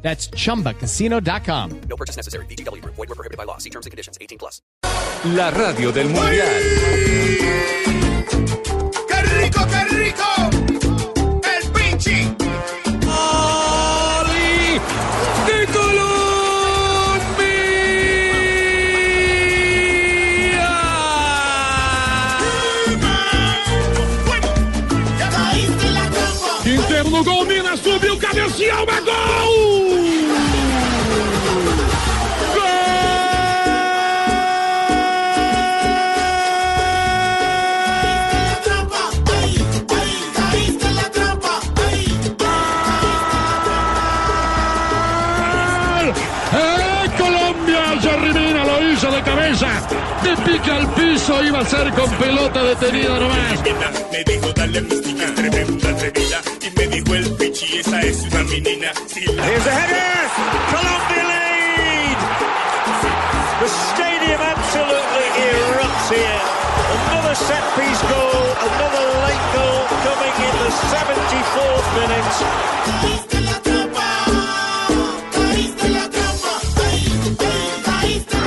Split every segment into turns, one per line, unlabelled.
That's chumbacasino.com.
No purchase necessary. BGW. Void were prohibited by law. See terms and conditions. 18 plus.
La radio del mundial.
¡Qué rico, qué rico! ¡El pinchi!
de
¡Ya caíste la copa!
Quintero no gol, Minas subiu, cabeceou, é gol!
¡La trampa! ¡Ay, ay! ¡Caíste la trampa! ¡Ay!
¡Eh, Colombia! Yarrimina lo hizo de cabeza, de pica al piso, iba a ser con pelota detenida nomás.
nena. Me dijo dale mística, es tremenda atrevida Y me dijo el pichi, esa es una menina Si la
Here's the header! Colombia lead! The stadium absolutely erupts here. Another set piece goal, another late goal coming in the 74th minute.
¡Caíste la trampa! ¡Caíste la trampa! ¡Ay, ay! ¡Caíste la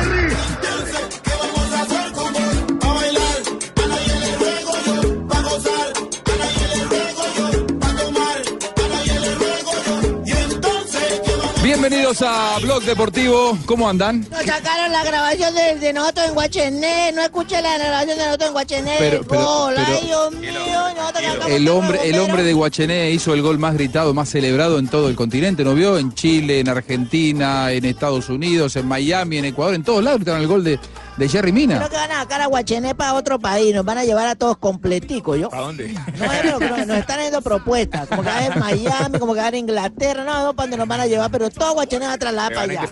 ¿Qué vamos a hacer con él? A bailar, a nadie le ruego yo, pa' gozar, a nadie le ruego yo, pa' tomar, a nadie le ruego yo, y entonces ¿qué vamos
Bienvenidos a Blog Deportivo, ¿cómo andan?
Nos sacaron la grabación de, de nosotros en Guachené, no escuché la grabación de nosotros en Guachené.
Pero-
el
pero-
gol,
pero-
ay Dios mío, nosotros cantamos
El
como
hombre, el
bomberos.
hombre de Guachené hizo el gol más gritado, más celebrado en todo el continente, ¿no vio? En Chile, en Argentina, en Estados Unidos, en Miami, en Ecuador, en todos lados gritaron el gol de, de Jerry Mina.
Creo que van a sacar a Guachené para otro país, nos van a llevar a todos completicos, yo. ¿Para dónde?
Ah,
No, pero, pero nos están haciendo propuestas, como que va en Miami, como que va en Inglaterra, no, no, para dónde nos van a llevar, pero todo Guachené va a trasladar para allá.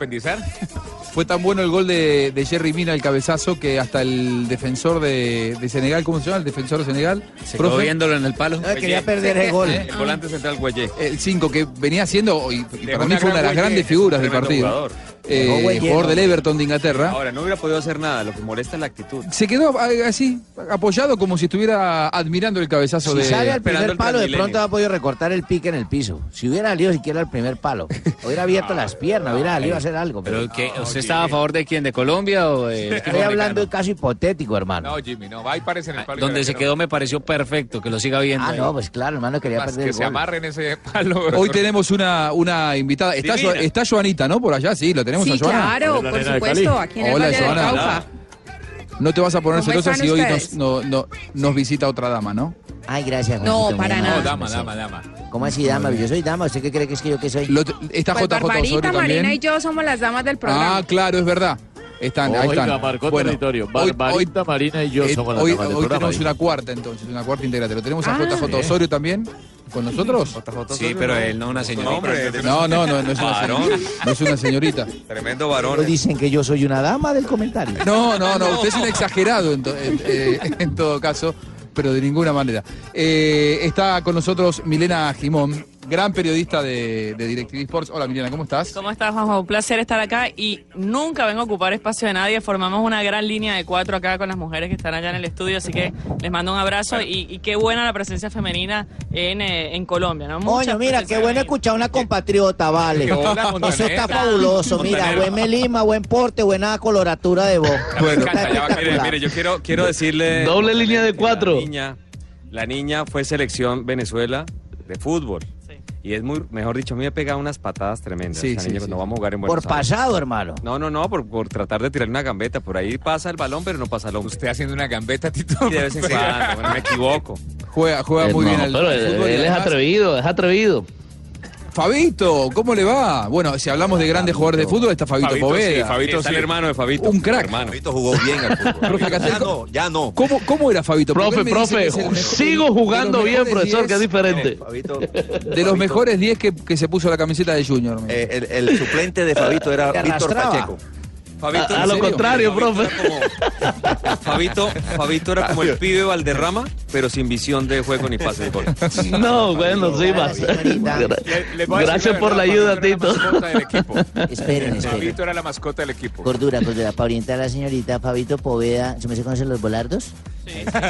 Fue tan bueno el gol de, de Jerry Mina, el cabezazo, que hasta el defensor de, de Senegal, ¿cómo se llama? El defensor de Senegal, profe,
viéndolo en el palo.
No quería perder el gol.
Eh, El volante central Guayé.
el 5 que venía siendo, y, y para
una
mí fue una de las
gran huella,
grandes
es
figuras
un
del
tremendo
partido.
jugador.
Eh,
Dejó huella.
jugador del Everton de Inglaterra.
Ahora, no hubiera podido hacer nada, lo que molesta es la actitud.
Se quedó ah, así, apoyado como si estuviera admirando el cabezazo
Si
de.
sale al
esperando
primer
el
palo, de
Transmilenio.
pronto ha podido recortar el pique en el piso. Si hubiera salido siquiera al primer palo, hubiera abierto las piernas, hubiera salido a hacer algo. Pero
¿Pero que ¿Usted estaba a favor de quién? ¿De Colombia o de.?
estoy hablando de caso hipotético, hermano.
Jimmy, no, va y parece en el
Donde se quedó me pareció perfecto, que lo siga viendo.
ah,
ahí.
no, pues claro, hermano, quería perder el gol.
amarren ese palo.
Hoy tenemos una, una invitada. Está,
Divina.
Jo- está Joanita, ¿no? Por allá, sí, lo tenemos a
Sí,
Joana.
claro, por supuesto, aquí en el
Hola,
Valle del
Joana.
Cauca.
No te vas a poner
¿Cómo
celosa
están
si hoy nos,
ustedes?
no- no- nos visita otra dama, ¿no?
Ay, gracias.
No,
Juanito, muy
para
amable,
nada.
no sé.
dama.
¿Cómo así, dama? Yo soy dama. ¿Usted qué cree que es que yo que soy?
Lo- está JJ
Pues
Osorio
Barbarita,
también.
Ah,
Marina y yo somos las damas del programa.
ah, claro, es verdad. Están, ahí están. Bueno, hoy- hoy-
Marina y
Eh, hoy hoy tenemos una cuarta entonces, una cuarta integrante. Lo tenemos a
Ah.
JJ Osorio también con nosotros.
Sí, pero él no es una señora.
No, no, no, no es una señorita. No es una señorita.
Tremendo
Pero
varón.
dicen que yo soy una dama del comentario.
No, no, no, usted es un exagerado en, to- en- eh, en todo caso, pero de ninguna manera. Eh, está con nosotros Milena Jimón, gran periodista de, de DirecTV Sports. Hola Milena, ¿cómo estás?
¿Cómo estás, Juanjo? Un placer estar acá y nunca vengo a ocupar espacio de nadie. Formamos una gran línea de cuatro acá con las mujeres que están allá en el estudio, así que les mando un abrazo y, y qué buena la presencia femenina en, eh, en Colombia, ¿no? Mucha
Coño, mira,
presencia
qué bueno
femenina.
escuchar a una compatriota, vale. Eso está fabuloso, mira, buen melima, buen porte, buena coloratura de voz.
Me
Está
encanta, ya va, mire,
espectacular.
mire, yo quiero, quiero decirle.
Doble línea de cuatro.
La niña, la niña fue selección Venezuela de fútbol.
Sí.
Y es muy, mejor dicho, a mí me pega unas patadas tremendas.
Sí,
Esa
sí,
niña,
sí.
No vamos a jugar en Buenos
Por
Aires.
pasado, hermano.
No, no, no, por, por tratar de tirar una gambeta. Por ahí pasa el balón, pero no pasa el hombre.
Usted haciendo una gambeta, Tito.
Y de vez en cuando, bueno, me equivoco.
Juega, juega muy bien al al fútbol y además-
atrevido, es atrevido.
Fabito, ¿cómo le va? Bueno, si hablamos de grandes jugadores de fútbol, está Fabito,
Fabito,
Poveda.
sí, Fabito, Está el sí. hermano de Fabito.
Un crack.
Hermano. Fabito
jugó bien al fútbol.
Ya no, ya no.
¿Cómo, cómo era Fabito? Porque
Profe,
él me dice que
profe,
es el mejor-
sigo jugando
de los
bien,
mejores
profesor, que es
10,
diferente.
De los mejores 10 que, que se puso la camiseta de Junior.
Eh, el, suplente de Fabito era Te Víctor arrastraba. Pacheco.
Fabito,
A- a
¿en
lo
serio?
contrario,
Fabito era como- Fabito, Fabito era como el pibe Valderrama, pero sin visión de juego ni pase de gol.
No, bueno, sí, más. Gracias por la ayuda, Tito.
Esperen, esperen.
Fabito era la mascota del
Ah.
equipo.
Cordura, cordura. Para orientar a la señorita Fabito Poveda, ¿se me se conocen los volardos?
No,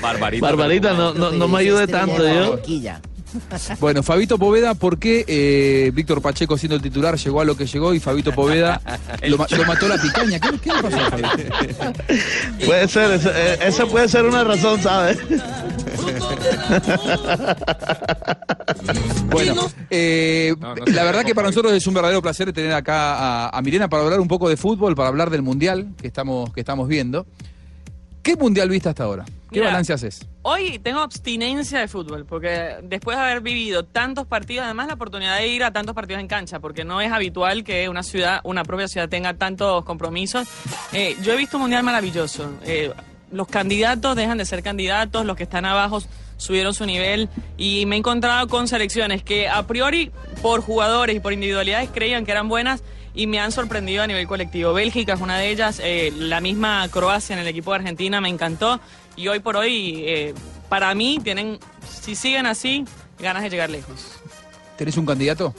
Barbarito. Este
Barbarita, no, no, no me ayude tanto, ¿eh? yo.
Bueno, Fabito Poveda, ¿por qué eh, Víctor Pacheco siendo el titular llegó a lo que llegó y Fabito Poveda lo, ma- lo mató la picaña? ¿Qué, qué le pasó a Fabito?
Puede ser, esa, eh, esa puede ser una razón, ¿sabes?
Bueno, eh,
se
la verdad que para nosotros es un verdadero placer tener acá a, a Milena para hablar un poco de fútbol, para hablar del mundial que estamos, que estamos viendo. ¿Qué mundial viste hasta ahora? ¿Qué
Mira.
balance haces?
Hoy tengo abstinencia de fútbol, porque después de haber vivido tantos partidos, además la oportunidad de ir a tantos partidos en cancha, porque no es habitual que una ciudad, una propia ciudad tenga tantos compromisos. Eh, yo he visto un mundial maravilloso. Eh, los candidatos dejan de ser candidatos, los que están abajo subieron su nivel y me he encontrado con selecciones que a priori por jugadores y por individualidades creían que eran buenas y me han sorprendido a nivel colectivo. Bélgica es una de ellas, eh, la misma Croacia en el equipo de Argentina me encantó y hoy por hoy eh, para mí tienen, si siguen así, ganas de llegar lejos.
¿Tenés un candidato?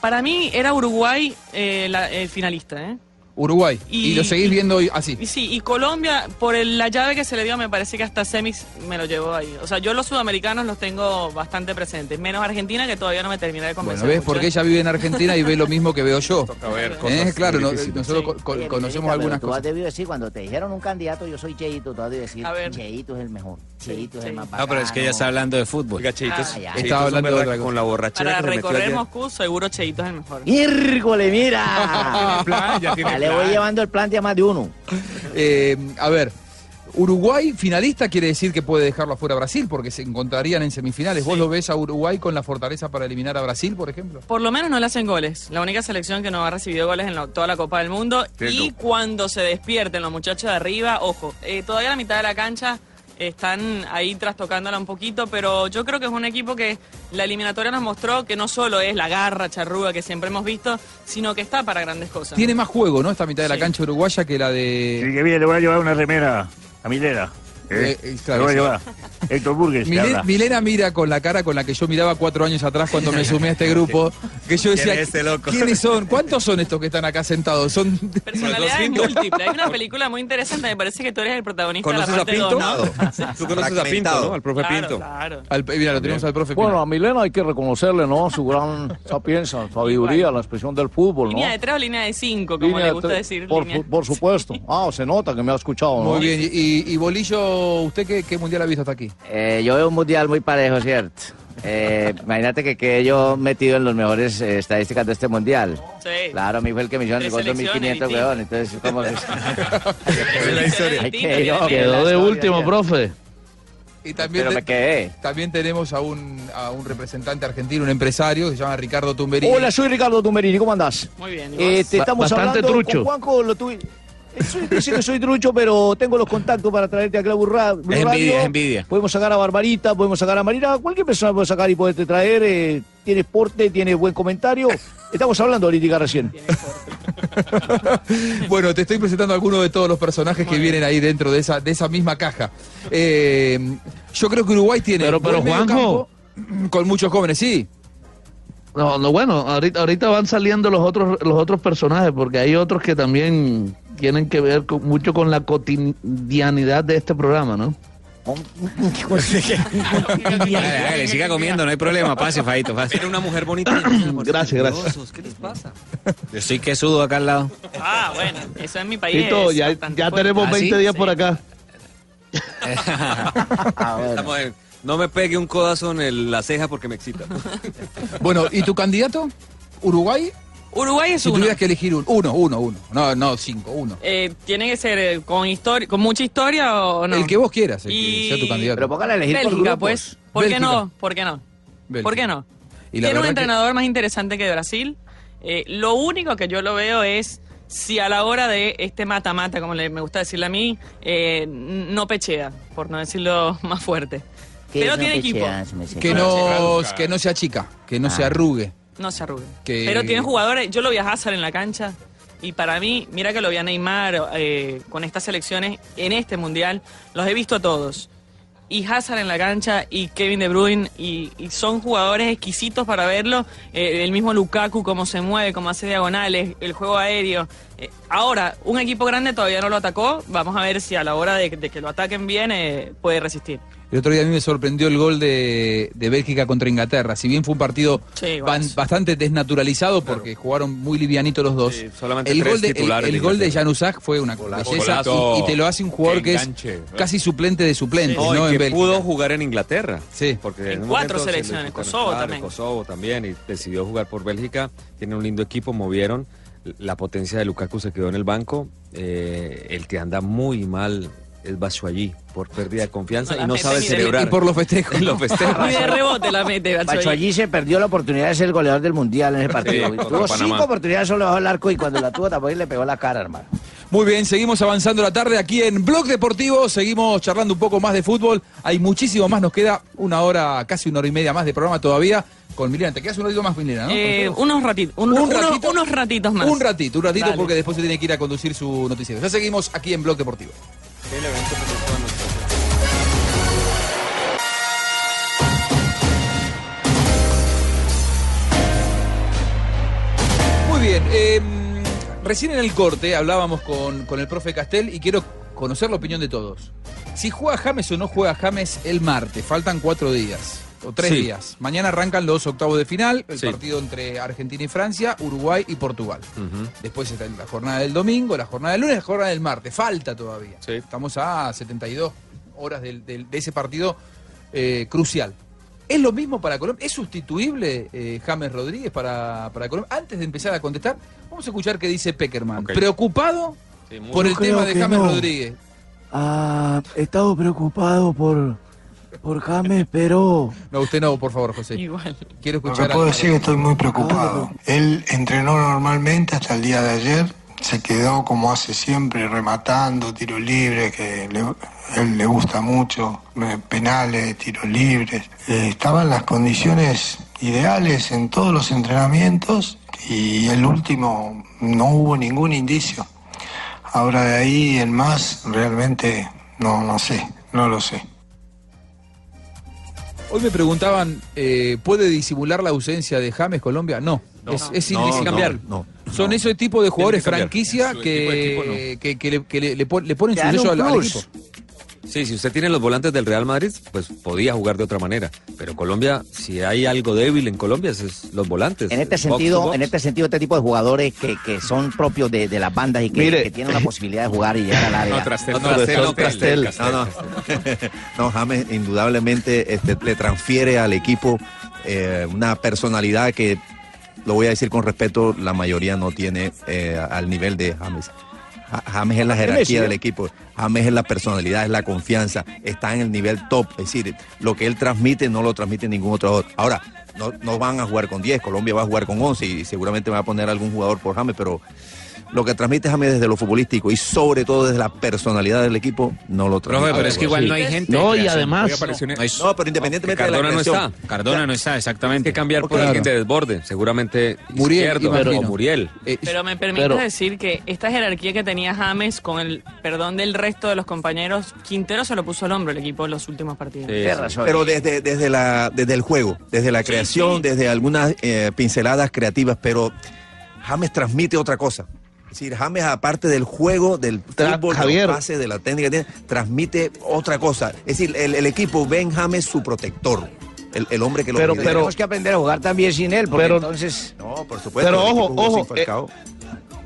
Para mí era Uruguay eh, la- el finalista, ¿eh?
Uruguay. Y,
Y-
lo seguís viendo hoy así.
Y sí, y Colombia, por el- la llave que se le dio, me parece que hasta semis me lo llevó ahí. O sea, yo los sudamericanos los tengo bastante presentes, menos Argentina, que todavía no me terminé de
Bueno,
convencer.
¿ves?
mucho. ¿eh?
Porque ella vive en Argentina y ve lo mismo que veo yo.
ver
cosas
Eh, Claro, no-
difíciles.
nosotros co- co-
Oye,
conocemos
Miguelita,
algunas
pero Tú has
cosas.
debido decir, cuando te dijeron un candidato, yo soy Cheito, tú has debido decir, Cheito es el mejor, Cheito es el más
Ah,
bacano.
No, pero es que ya está hablando de fútbol.
Cheito- Ah, ya.
Estaba
Cheito
es un hablando de berraco otra cosa. con la borrachera
Para
que se metió
recorrer
ayer.
Moscú, seguro Cheito es el mejor.
¡Hírgole, mira!
Tiene plan, ya tiene
le voy
plan.
llevando el plan de a más de uno.
Eh, a ver, Uruguay finalista quiere decir que puede dejarlo afuera a Brasil porque se encontrarían en semifinales. ¿Vos lo ves a Uruguay con la fortaleza para eliminar a Brasil, por ejemplo?
Por lo menos no le hacen goles. La única selección que no ha recibido goles en la- toda la Copa del Mundo.
Cierto.
Y cuando se despierten los muchachos de arriba, ojo, eh, todavía la mitad de la cancha están ahí trastocándola un poquito, pero yo creo que es un equipo que la eliminatoria nos mostró que no solo es la garra charrúa que siempre hemos visto, sino que está para grandes cosas.
Tiene más juego, ¿no? Esta mitad de la cancha uruguaya que la de.
Sí, que bien, le voy a llevar una remera a Milera. ¿eh?
Eh, eh, claro,
le voy a
sí.
llevar. Héctor Burgues. te
Mile-
habla.
Milena mira con la cara con la que yo miraba cuatro años atrás cuando me sumé a este grupo, que yo decía,
¿Quién es este loco?
¿quiénes son? ¿Cuántos son estos que están acá sentados? Son
Personalidades múltiples. Hay una película muy interesante, me parece que tú eres el protagonista de
¿Conoces
la
a
parte
Pinto?
dos, ¿no?
Tú conoces a Pinto, ¿no? Al profe
Claro,
Pinto.
Claro.
Al- mira, lo tenemos al profe.
Bueno, a Milena hay que reconocerle, ¿no? Su gran sapienza, sabiduría, la expresión del fútbol, ¿no?
Línea de tres o línea de cinco, como
Línea
le
de
gusta
tres,
decir.
Por,
línea-
su- por supuesto. Ah, se nota que me ha escuchado, ¿no?
Muy bien, y, y Bolillo, ¿usted qué, qué mundial ha visto hasta aquí?
Eh, yo veo un mundial muy parejo, ¿cierto? Eh, imagínate que quedé yo metido en los mejores eh, estadísticas de este mundial. Claro, a mí fue el que me hicieron el gol
Tres selecciones,
2500,
distinto.
weón. Entonces, ¿cómo es?
historia.
Ay, que yo-
Quedó de último, profe.
Y también,
Pero
te-
me quedé.
también tenemos a un, a un representante argentino, un empresario que se llama Ricardo Tumberini.
Hola, soy Ricardo Tumberini, ¿cómo andás?
Muy bien.
Eh, te estamos hablando con Juanco, lo tuve... Soy, dice que soy trucho, pero tengo los contactos para traerte acá a Blue Ra- Blue
Es envidia,
Radio.
es envidia.
Podemos sacar a Barbarita, podemos sacar a Marina, cualquier persona puede sacar y poderte traer. eh, tienes porte, tienes buen comentario. Estamos hablando política recién.
Bueno, te estoy presentando algunos de todos los personajes que vienen ahí dentro de esa, de esa misma caja. Eh, yo creo que Uruguay tiene.
Pero- pero,
buen mediocampo Con muchos jóvenes, sí.
No, no, bueno, ahorita, ahorita van saliendo los otros, los otros personajes, porque hay otros que también tienen que ver con- mucho con la cotidianidad de este programa, ¿no?
Dale, dale, siga comiendo, no hay problema. Pase, Fabito, pase.
Era una mujer bonita.
Gracias, gracias.
¿Qué les pasa?
Yo estoy que sudo acá al lado.
Ah, bueno, eso en mi país. ¿Ah,
Tito,
es
ya,
bastante
ya
fuerte.
¿Ah,
tenemos 20 días por acá.
Estamos en- No me pegue un codazo en el- la ceja porque me excita.
Bueno, ¿y tu candidato? ¿Uruguay?
Uruguay es
si
uno.
tuvieras que elegir un, uno, uno, uno. No, no, cinco, uno.
Eh, tiene que ser eh, con historia, con mucha historia o no.
El que vos quieras, el que
Y-
sea tu candidato.
Bélgica, pues. ¿Por qué
Bélgica.
no? ¿Por qué no? ¿Por qué no?
Y la
Tiene un
verdad que-
entrenador más interesante que Brasil. Eh, lo único que yo lo veo es si a la hora de este mata-mata, como le, me gusta decirle a mí, eh, no pechea, por no decirlo más fuerte.
Que
Pero
no
tiene
pechea,
equipo.
Que no, que no se Ah. achica, que no se arrugue.
No se arruga.
Que-
Pero tiene jugadores, yo lo vi a Hazard en la cancha y para mí, mira que lo vi a Neymar eh, con estas selecciones en este mundial, los he visto a todos. Y Hazard en la cancha y Kevin De Bruyne y, y son jugadores exquisitos para verlo. Eh, el mismo Lukaku, cómo se mueve, cómo hace diagonales, el juego aéreo. Eh, ahora, un equipo grande todavía no lo atacó. Vamos a ver si a la hora de, de que lo ataquen bien eh, puede resistir.
El otro día a mí me sorprendió el gol de, de Bélgica contra Inglaterra. Si bien fue un partido
Sí,
ban- bastante desnaturalizado porque jugaron muy livianito los dos.
solamente
el
tres
gol de, el-
titulares
el
de
gol de Januzak fue una belleza
Golazo.
y, y te lo hace un jugador
Qué
que es
enganche.
casi suplente de suplente,
No, y
¿no? En
que
Bélgica.
pudo jugar en Inglaterra.
Sí.
Porque en un momento
cuatro
se le
selecciones,
dificultaron,
Kosovo también.
Kosovo también, y decidió jugar por Bélgica. Tiene un lindo equipo, movieron. La potencia de Lukaku se quedó en el banco. Eh, el que anda muy mal es Batshuayi por pérdida de confianza
No,
y
la
no
mete
sabe
ni de
celebrar.
mete. Y por
los festejos.
los festejos.
Y de rebote la mete.
Pacho
Batshuayi.
allí se perdió la oportunidad de ser el goleador del mundial en ese partido.
contra
tuvo
Panamá.
cinco oportunidades solo bajo el arco y cuando la tuvo tampoco le pegó la cara, hermano.
Muy bien, seguimos avanzando la tarde aquí en Blog Deportivo, seguimos charlando un poco más de fútbol, hay muchísimo más, nos queda una hora, casi una hora y media más de programa todavía con Milena. ¿Te quedas un ratito más, Milena? ¿no?
Eh, unos ratitos, un-
Un
unos-
ratito.
unos ratitos más.
Un ratito, un ratito
Dale.
porque después se tiene que ir a conducir su noticiero. Ya seguimos aquí en Blog Deportivo. Muy bien, eh, recién en el corte hablábamos con, con el profe Castel y quiero conocer la opinión de todos. Si juega James o no juega James el martes, faltan cuatro días o tres
Sí.
días. Mañana arrancan los octavos de final, el
Sí.
partido entre Argentina y Francia, Uruguay y Portugal.
Ujú.
Después está la jornada del domingo, la jornada del lunes, la jornada del martes. Falta todavía. Estamos a 72 horas del- del- de ese partido eh, crucial. ¿Es lo mismo para Colombia? ¿Es sustituible eh, James Rodríguez para, para Colombia? Antes de empezar a contestar, vamos a escuchar qué dice Peckerman. Preocupado por
Yo
el
creo
tema de
que
James
no.
Rodríguez.
Ah, he estado preocupado por, por James, pero
No, usted no, por favor, José.
Igual.
Quiero
Lo que
escuchar.
puedo
a-
decir es que estoy muy preocupado. Él entrenó normalmente hasta el día de ayer, se quedó como hace siempre, rematando, tiro libre, que le, él le gusta mucho, eh, penales, tiros libres. Eh, estaban las condiciones ideales en todos los entrenamientos y el último no hubo ningún indicio. Ahora de ahí en más, realmente no, no sé, no lo sé.
Hoy me preguntaban, eh, ¿puede disimular la ausencia de James Colombia? No,
No.
es, es
No,
indiscambiable.
no,
Son ese tipo de jugadores
cambiar.
franquicia
Su
que,
tipo de equipo,
que, que le, que le- le pon- le ponen
Te
su
dan
sello
un
al, al
plus.
equipo.
Sí, si usted tiene los volantes del Real Madrid, pues podía jugar de otra manera. Pero Colombia, si hay algo débil en Colombia, es los volantes.
En este
Box to
sentido,
box.
en este sentido, este tipo de jugadores que, que son propios de, de las bandas y que,
Mire.
que tienen la posibilidad de jugar y llegar al área.
Castel. No, no. No, James indudablemente este, le transfiere al equipo eh, una personalidad que, lo voy a decir con respeto, la mayoría no tiene eh, al nivel de James. Ja- James es la
Messi,
jerarquía
¿no?
del equipo, James es la personalidad, es la confianza, está en el nivel top, es decir, lo que él transmite no lo transmite ningún otro jugador. Ahora, no, no van a jugar con 10, Colombia va a jugar con 11 y seguramente va a poner algún jugador por James, pero lo que transmite James desde lo futbolístico y sobre todo desde la personalidad del equipo, no lo transmite.
Profe, pero es que igual no hay gente.
No, y
Creación.
además-
Hoy apareció en-
No, pero independientemente de la
Cardona no
creación.
está. Cardona no está, exactamente.
que cambiar por
Claro.
alguien de desborde, seguramente
Muriel,
izquierdo
imagino.
o Muriel.
Pero me permites decir que esta jerarquía que tenía James con el perdón del resto de los compañeros, Quintero se lo puso al hombro el equipo en los últimos partidos.
Pero desde, desde, la, desde el juego, desde la creación, desde algunas eh, pinceladas creativas, pero James transmite otra cosa. Es decir, James, aparte del juego, del fútbol, de
Javier.
los pases, de la técnica, que tiene, transmite otra cosa. Es decir, el, el equipo ve en James su protector, el, el hombre que lo
Pero,
cuida.
tenemos que aprender a jugar también sin él, porque
Pero-
entonces.
No, por supuesto.
Pero
el equipo
ojo,
jugó sin
ojo. eh,
Falcao.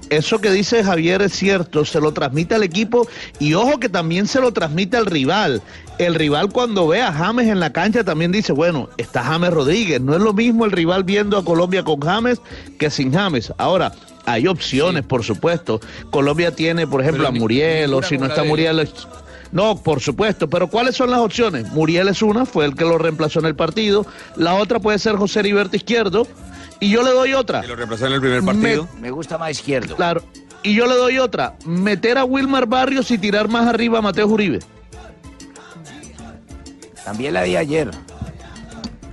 Eso que dice Javier es cierto, se lo transmite al equipo y ojo que también se lo transmite al rival. El rival cuando ve a James en la cancha también dice, bueno, está James Rodríguez. No es lo mismo el rival viendo a Colombia con James que sin James. Ahora, hay opciones, por supuesto. Colombia tiene, por ejemplo, a Muriel, o si no
como la
está
de-
Muriel... es- No, por supuesto, pero ¿cuáles son las opciones? Muriel es una, fue el que lo reemplazó en el partido. La otra puede ser José Heriberto Izquierdo. Y yo le doy otra.
Lo reemplazó en el primer partido.
Me, gusta más izquierdo. Claro. Y yo le doy otra. Meter a Wilmar Barrios y tirar más arriba a Mateo Uribe.
También la di ayer.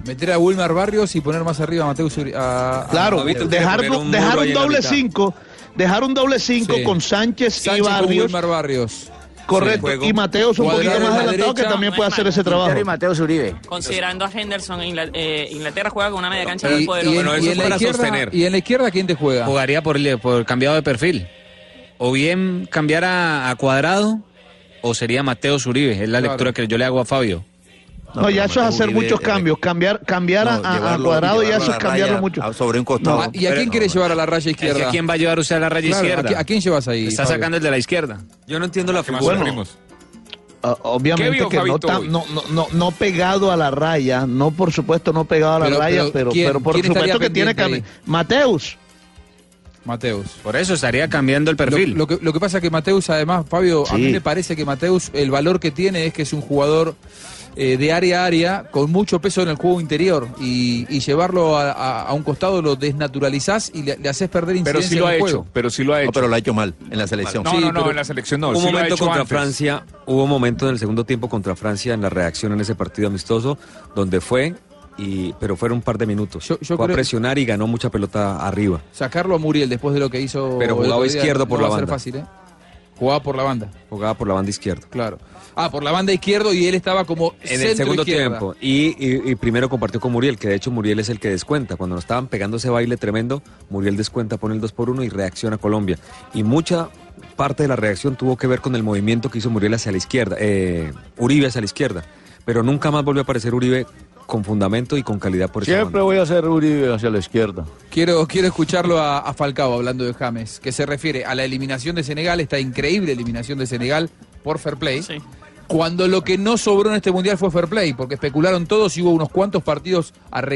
Meter a Wilmar Barrios y poner más arriba a Mateus Uri- a- a-
Claro,
a Mateus.
dejar, dejar un doble 5. Dejar un doble 5
Sí.
con Sánchez,
Sánchez
y
con
Barrios.
Wilmar Barrios.
Correcto.
Sí.
y Mateos un
Cuadrado
poquito
en
más
la
adelantado que
derecha.
también puede hacer ese trabajo. Mateos Uribe.
Considerando a Henderson, Ingla- eh, Inglaterra juega con una media cancha
Y-
muy
y
poderosa.
en- y en la izquierda- ¿Y en la izquierda quién te juega?
Jugaría por, li- por cambiado de perfil. O bien cambiar a, a cuadrado, o sería Mateo Zuribe. Es la lectura que yo le hago a Fabio.
No, ya eso es hacer muchos cambios. Cambiar, cambiar a- a, a cuadrado ya eso es cambiarlo mucho.
Sobre un
costado.
No, ¿Y a quién quiere llevar a la raya izquierda?
¿A quién va a llevar usted a la raya
Claro,
izquierda?
¿a qui- ¿A quién llevas ahí?
Está
Fabio?
sacando el de la izquierda.
Yo no entiendo la
figura. Ah, obviamente
¿Qué vio
que no,
Fabito
tan-
hoy?
no, no, no, no pegado a la raya, no por supuesto no pegado a la
Pero-
raya,
pero
pero,
¿quién-
pero por
quién
supuesto
estaría
que tiene
pendiente
que... Mateus.
Mateus.
Por eso estaría cambiando el perfil.
Lo, lo que, lo que pasa es que Mateus, además, Fabio, a
Sí.
mí me parece que Mateus, el valor que tiene es que es un jugador eh, de área a área, con mucho peso en el juego interior. Y, y llevarlo a, a- a un costado lo desnaturalizás y le, le haces perder
Pero
incidencia
sí lo
en
ha
el
hecho,
juego.
pero sí lo ha hecho. pero lo ha hecho mal en la selección.
No, Sí, no, no, pero- en la selección no,
Un
sí lo ha
momento
hecho
contra
antes.
Francia,
Hubo un momento en el segundo tiempo contra Francia en la reacción en ese partido amistoso donde fue, y, pero fueron un par de minutos. fue
creo-
a presionar y ganó mucha pelota arriba.
Sacarlo a Muriel después de lo que hizo. el
Pero
otro
jugaba
día
izquierdo por
no
la
va a ser
banda.
fácil, ¿eh? Jugaba por la banda.
Jugaba por la banda izquierda.
Claro. Ah, por la banda izquierdo y él estaba como
En el segundo
centroizquierda.
tiempo. Y, y- y primero compartió con Muriel, que de hecho Muriel es el que descuenta. Cuando nos estaban pegando ese baile tremendo, Muriel descuenta, pone el 2 por 1 y reacciona Colombia. Y mucha parte de la reacción tuvo que ver con el movimiento que hizo Muriel hacia la izquierda, eh, Uribe hacia la izquierda. Pero nunca más volvió a aparecer Uribe con fundamento y con calidad por esa
Siempre voy a hacer Uribe hacia la izquierda.
Quiero, quiero escucharlo a, a Falcao hablando de James, que se refiere a la eliminación de Senegal, esta increíble eliminación de Senegal por fair play. Cuando lo que no sobró en este mundial fue fair play, porque especularon todos y hubo unos cuantos partidos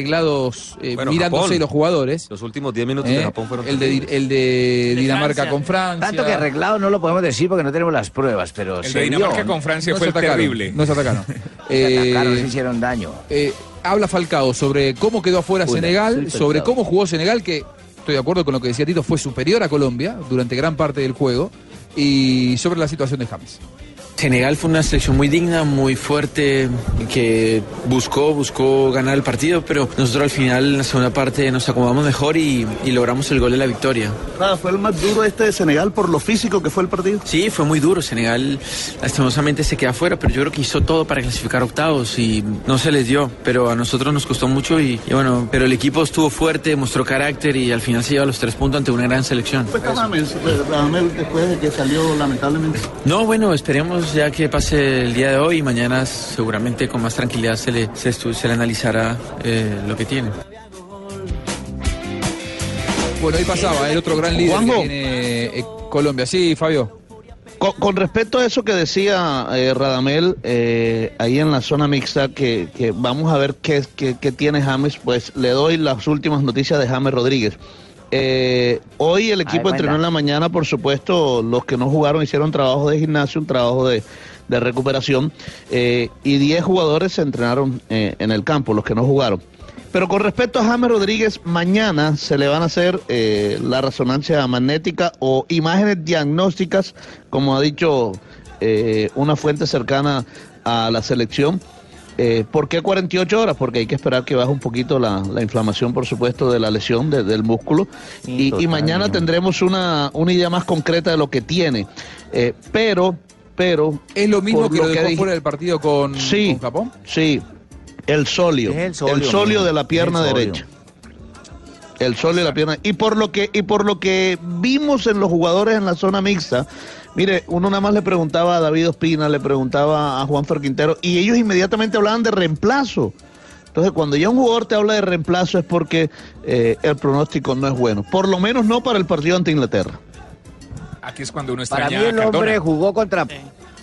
arreglados eh,
Bueno,
mirándose
Japón.
los jugadores.
Los últimos 10 minutos
Eh,
de Japón fueron
el de, Di- el de Dinamarca con Francia.
Tanto que arreglado no lo podemos decir porque no tenemos las pruebas, pero
El
se
de Dinamarca
vio.
con Francia No fue se atacaron, terrible. no se atacaron.
Se atacaron,
Eh,
se hicieron daño.
Eh, habla Falcao sobre cómo quedó afuera
Una,
Senegal,
soy
sobre
Falcao.
cómo jugó Senegal, que estoy de acuerdo con lo que decía Tito, fue superior a Colombia durante gran parte del juego, y sobre la situación de James.
Senegal fue una selección muy digna, muy fuerte, que buscó, buscó ganar el partido, pero nosotros al final en la segunda parte nos acomodamos mejor y, y logramos el gol de la victoria.
¿Fue el más duro este de Senegal por lo físico que fue el partido?
Sí, fue muy duro. Senegal lastimosamente se queda fuera, pero yo creo que hizo todo para clasificar octavos y no se les dio, pero a nosotros nos costó mucho y, y bueno, pero el equipo estuvo fuerte, mostró carácter y al final se lleva los tres puntos ante una gran selección.
Pues, después de que salió lamentablemente?
No, bueno, esperemos ya que pase el día de hoy y mañana seguramente con más tranquilidad se le, se estu- se le analizará eh, lo que tiene.
Bueno, ahí pasaba el otro gran líder que tiene eh, Colombia. Sí, Fabio.
Con, con respecto a eso que decía eh, Radamel eh, ahí en la zona mixta, que, que vamos a ver qué, qué- qué tiene James, pues le doy las últimas noticias de James Rodríguez. Eh, hoy el equipo
buena.
entrenó en la mañana, por supuesto, los que no jugaron hicieron trabajo de gimnasio, un trabajo de, de recuperación, eh, y 10 jugadores se entrenaron eh, en el campo, los que no jugaron. Pero con respecto a James Rodríguez, mañana se le van a hacer eh, la resonancia magnética o imágenes diagnósticas, como ha dicho eh, una fuente cercana a la selección. Eh, ¿Por qué 48 horas? Porque hay que esperar que baje un poquito la, la inflamación, por supuesto, de la lesión de- del músculo. Y- y,
total,
mañana
¿no?
tendremos una, una idea más concreta de lo que tiene. Eh, pero, pero...
¿Es lo mismo que lo dejó
dije-
fuera del partido con,
Sí.
con Japón?
Sí, el solio.
Es
El
el
solio,
solio,
de
mijo.
la pierna
Es el solio.
derecha. El solio de la pierna. Y por lo que, y por lo que vimos en los jugadores en la zona mixta, mire, uno nada más le preguntaba a David Ospina, le preguntaba a Juan Quintero, y ellos inmediatamente hablaban de reemplazo. Entonces, cuando ya un jugador te habla de reemplazo es porque eh, el pronóstico no es bueno. Por lo menos no para el partido ante Inglaterra.
Aquí es cuando uno
Para
extraña
mí el
a Cardona.
hombre jugó contra,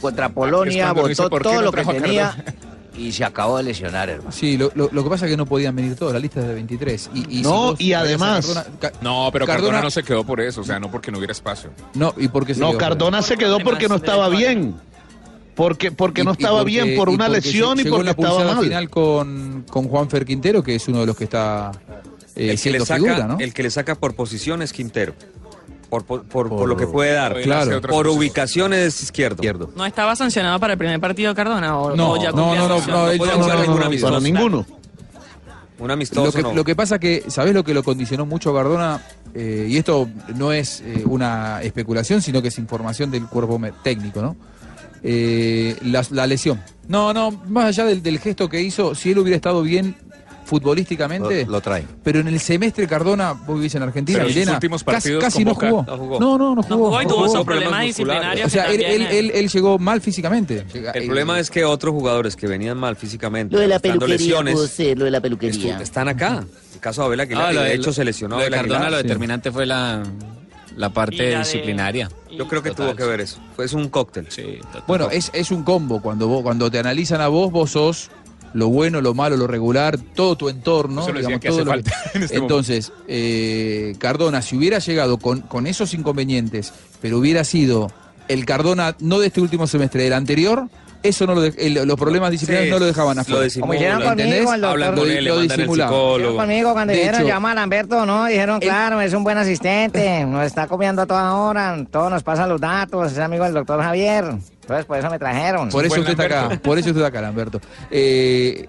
contra Polonia,
cuando uno dice,
botó
¿por qué
todo
no
lo que
trajo a
tenía
Cardona?
y se acabó de lesionar, hermano.
Sí, lo, lo- lo que pasa es que no podían venir todos, la lista es de 23. Y, y si
No,
vos
y
traías a
además-
Cardona- Ca-
No, pero Cardona,
Cardona-
no se quedó por eso, o sea, no porque no hubiera espacio.
No, y porque
No, Cardona se quedó porque no estaba bien. Porque, porque no
Y- y
estaba
porque-
bien por una
porque
lesión y
llegó
porque
la
estaba
pulsada
mal.
final con, con Juanfer Quintero, que es uno de los que está eh,
el, que le
siendo
saca,
figura, ¿no?
el que le saca por posición es Quintero. Por, por, por- por lo que puede dar.
Claro.
Por ubicaciones es izquierdo.
¿No estaba sancionado para el primer partido Cardona? ¿O,
No,
o ya
no,
cumplía
no, no,
sanción?
no, él
podía
ya no,
jugar
no,
ningún
no, no,
amistoso.
para
ninguno.
Un
Lo
amistoso
que,
no.
lo que pasa que, ¿sabés lo que lo condicionó mucho a Cardona? Eh, y esto no es eh, una especulación, sino que es información del cuerpo me- técnico, ¿no? Eh, la, la lesión. No, no, más allá del, del gesto que hizo, si él hubiera estado bien futbolísticamente,
Lo, lo trae.
pero en el semestre Cardona, vos vivís en Argentina,
Pero en sus
Milena,
últimos
cas-
partidos
casi
con
no
Boca
jugó.
no jugó.
No, no, no jugó.
jugó y tuvo esos problemas
problemas
disciplinarios
O sea,
que
él,
también, eh.
él- él- él llegó mal físicamente.
El problema es que otros jugadores que venían mal físicamente,
Lo de la
arrastrando
peluquería,
lesiones,
José, lo de la
estu-
peluquería.
están acá. El caso de Abel Aguilar,
Ah,
que
lo
de
de-
hecho se lesionó
lo de
Abel Aguilar.
Cardona, lo
Sí.
determinante fue la, la
Y la
parte
de-
disciplinaria.
Yo creo que tuvo que ver eso. Fue- Es un cóctel.
Bueno, es, es un combo. Cuando, vos, cuando te analizan a vos, vos sos lo bueno, lo malo, lo regular, todo tu entorno.
Eso lo decía
digamos,
que
todo
hace
lo que-
falta en este
Entonces, eh, Cardona, si hubiera llegado con, con esos inconvenientes, pero hubiera sido el Cardona no de este último semestre, del anterior, eso no lo de- el- los problemas disciplinarios
Sí,
no lo dejaban afuera.
lo disimula, Como
hicieron conmigo,
¿entendés?
al doctor. Hablan con
Lo-
él,
lo
le mandan
el
disimulaban.
psicólogo.
Conmigo cuando
De
dijeron,
hecho-
llama a Lamberto, no, dijeron,
El-
claro, es un buen asistente, nos está copiando a toda hora, todos nos pasan los datos, es amigo del doctor Javier, entonces por eso me trajeron.
Por eso usted está acá, por eso usted está acá, Lamberto. Eh,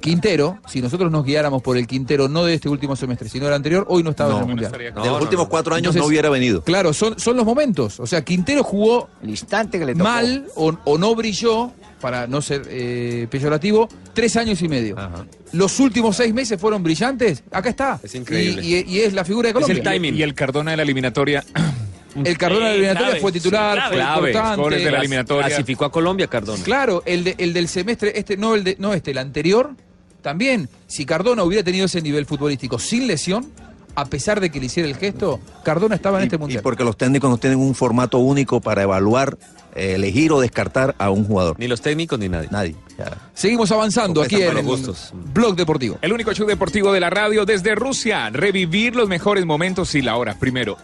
Quintero, si nosotros nos guiáramos por el Quintero, no de este último semestre, sino del anterior, hoy no estaba
No,
en el
no
Mundial.
estaría acá. De los últimos cuatro años no hubiera venido.
Claro, son, son los momentos. O sea, Quintero jugó mal o, o no brilló, para no ser eh, peyorativo, tres años y medio. Los últimos seis meses fueron brillantes. Acá está. Es
increíble.
Y, y- y es la figura de
Es
Colombia.
el timing. Y el Cardona de la eliminatoria.
El Cardona de la eliminatoria fue titular, fue importante.
Goles de la eliminatoria.
Clasificó a Colombia Cardona.
Claro, el, de- el del semestre, este, no el de, no este, el anterior, también, si Cardona hubiera tenido ese nivel futbolístico sin lesión, a pesar de que le hiciera el gesto, Cardona estaba en este
Y
mundial.
porque los técnicos no tienen un formato único para evaluar, eh, elegir o descartar a un jugador.
Ni los técnicos ni nadie.
Nadie.
Seguimos avanzando
aquí en el
Blog Deportivo.
El único show deportivo de la radio desde Rusia. Revivir los mejores momentos y la hora. Primero.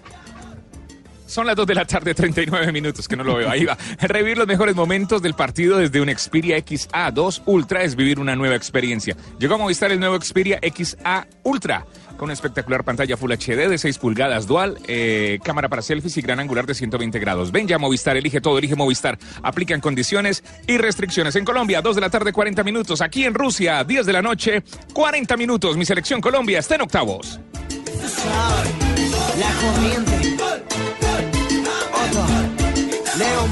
Son las 2 de la tarde, 39 minutos, que no lo veo. Ahí va. Revivir los mejores momentos del partido desde un Xperia XA2 Ultra es vivir una nueva experiencia. Llegó a Movistar el nuevo Xperia XA Ultra. Con una espectacular pantalla Full HD de 6 pulgadas dual, eh, cámara para selfies y gran angular de 120 grados. Ven ya a Movistar, elige todo, elige Movistar. Aplican condiciones y restricciones. En Colombia, 2 de la tarde, 40 minutos. Aquí en Rusia, 10 de la noche, 40 minutos. Mi selección Colombia está en octavos.
La corriente. Otro. Leo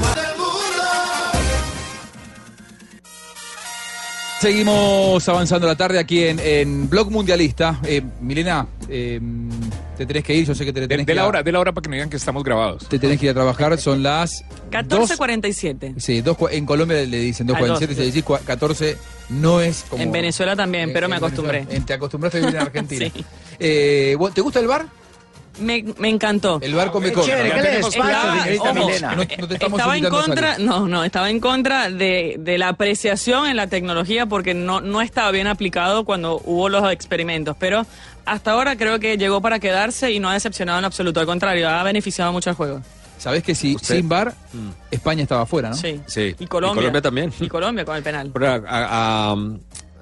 Seguimos avanzando la tarde aquí en, en Blog Mundialista. Eh, Milena, eh, te tenés que ir, yo sé que te
De,
tenés
de
que
la
ir a-
hora, de la hora para que no digan que estamos grabados.
te tenés que ir a trabajar, son las...
14.47.
Sí, dos, cua- en Colombia le dicen
Ah,
2.47,
dos.
si decís cua- 14 no es como...
En Venezuela también, pero me
en
acostumbré.
Venezuela. Te acostumbraste a vivir en Argentina. Eh, ¿vos- ¿Te gusta el bar?
Me, me encantó.
El bar
Eh,
come con.
Chévere, ¿qué le pasa, señorita
no,
Milena?
no- no te estamos
estaba en
invitando a
contra,
salir.
no, no, estaba en contra de, de la apreciación en la tecnología porque no, no estaba bien aplicado cuando hubo los experimentos, pero hasta ahora creo que llegó para quedarse y no ha decepcionado en absoluto, al contrario, ha beneficiado mucho al juego.
Sabés que si, sin bar,
Mm.
España estaba afuera, ¿no?
Sí.
Sí.
Y Colombia.
Y Colombia también.
Y Colombia con el penal.
Pero a, a-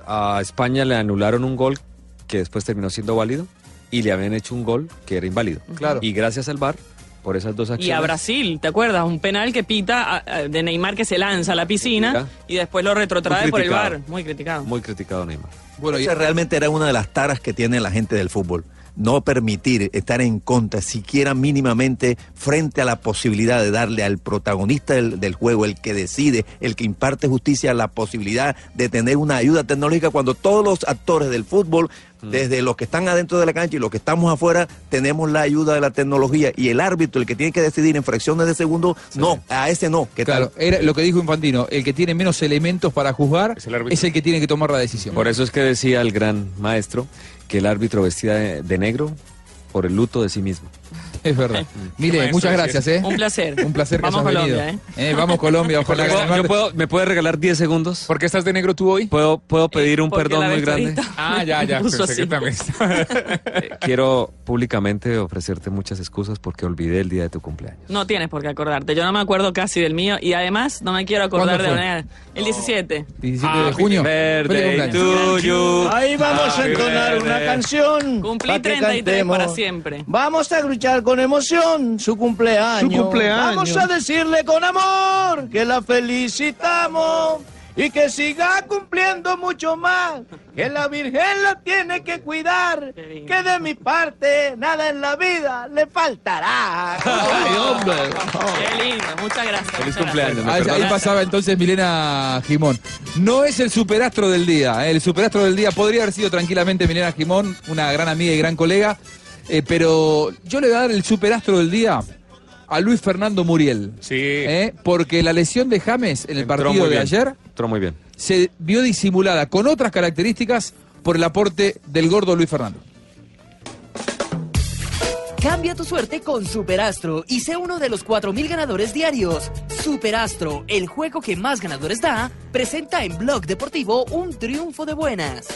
a- a España le anularon un gol que después terminó siendo válido y le habían hecho un gol que era inválido.
Claro.
Y gracias al VAR, por esas dos acciones.
Y a Brasil, ¿te acuerdas? Un penal que pita a- a- de Neymar que se lanza a la piscina y después lo retrotrae
Muy
por el
criticado.
bar. Muy criticado.
Muy criticado Neymar.
Bueno,
Esa realmente era una de las taras que tiene la gente del fútbol. No permitir estar en contra, siquiera mínimamente, frente a la posibilidad de darle al protagonista del, del juego, el que decide, el que imparte justicia, la posibilidad de tener una ayuda tecnológica cuando todos los actores del fútbol,
Mm.
desde los que están adentro de la cancha y los que estamos afuera, tenemos la ayuda de la tecnología y el árbitro, el que tiene que decidir en fracciones de segundo, no, a ese no. ¿Qué tal?
Claro, era lo que dijo Infantino, el que tiene menos elementos para juzgar es el, que tiene que tomar la decisión.
Por eso es que decía el gran maestro que el árbitro vestía de, de negro por el luto de sí mismo.
Es verdad. Mire,
maestro,
muchas
Mm. sí.
gracias, ¿eh?
Un placer.
Un placer que
Vamos
hayas
Colombia,
venido. Eh, vamos Colombia, ojalá
Yo puedo-
ganemos.
yo puedo- ¿Me puedes regalar 10 segundos?
¿Por qué estás de negro tú hoy?
Puedo,
Eh,
puedo pedir un perdón muy grande.
Ah, ya, ya.
puso
Pensé que
así.
también estaba-
Quiero públicamente ofrecerte muchas excusas porque olvidé el día de tu cumpleaños.
No tienes por qué acordarte. Yo no me acuerdo casi del mío y además no me quiero acordar
¿Cuándo
de
fue?
manera. El 17.
17 de junio.
Verde
Feliz
to
cumpleaños.
you.
Ahí vamos a
Happy
entonar una
birthday.
canción.
Cumplí
pa' que
33
cantemos.
para siempre.
Vamos a escuchar con emoción su cumpleaños.
Su cumpleaños.
Vamos a decirle con amor que la felicitamos y que siga cumpliendo mucho más. Que la Virgen lo tiene que cuidar. Que de mi parte nada en la vida le faltará.
Qué lindo. Muchas gracias. muchas gracias.
Ahí, ahí pasaba entonces Milena Jimón. No es el superastro del día. ¿eh? El superastro del día podría haber sido tranquilamente Milena Jimón, una gran amiga y gran colega. eh, pero yo le voy a dar el superastro del día a Luis Fernando Muriel.
Sí.
¿eh? Porque la lesión de James en el partido de ayer
Entró muy bien.
se vio disimulada con otras características por el aporte del gordo Luis Fernando.
Cambia tu suerte con Superastro y sé uno de los 4.000 ganadores diarios. Superastro, el juego que más ganadores da, presenta en Blog Deportivo un triunfo de buenas.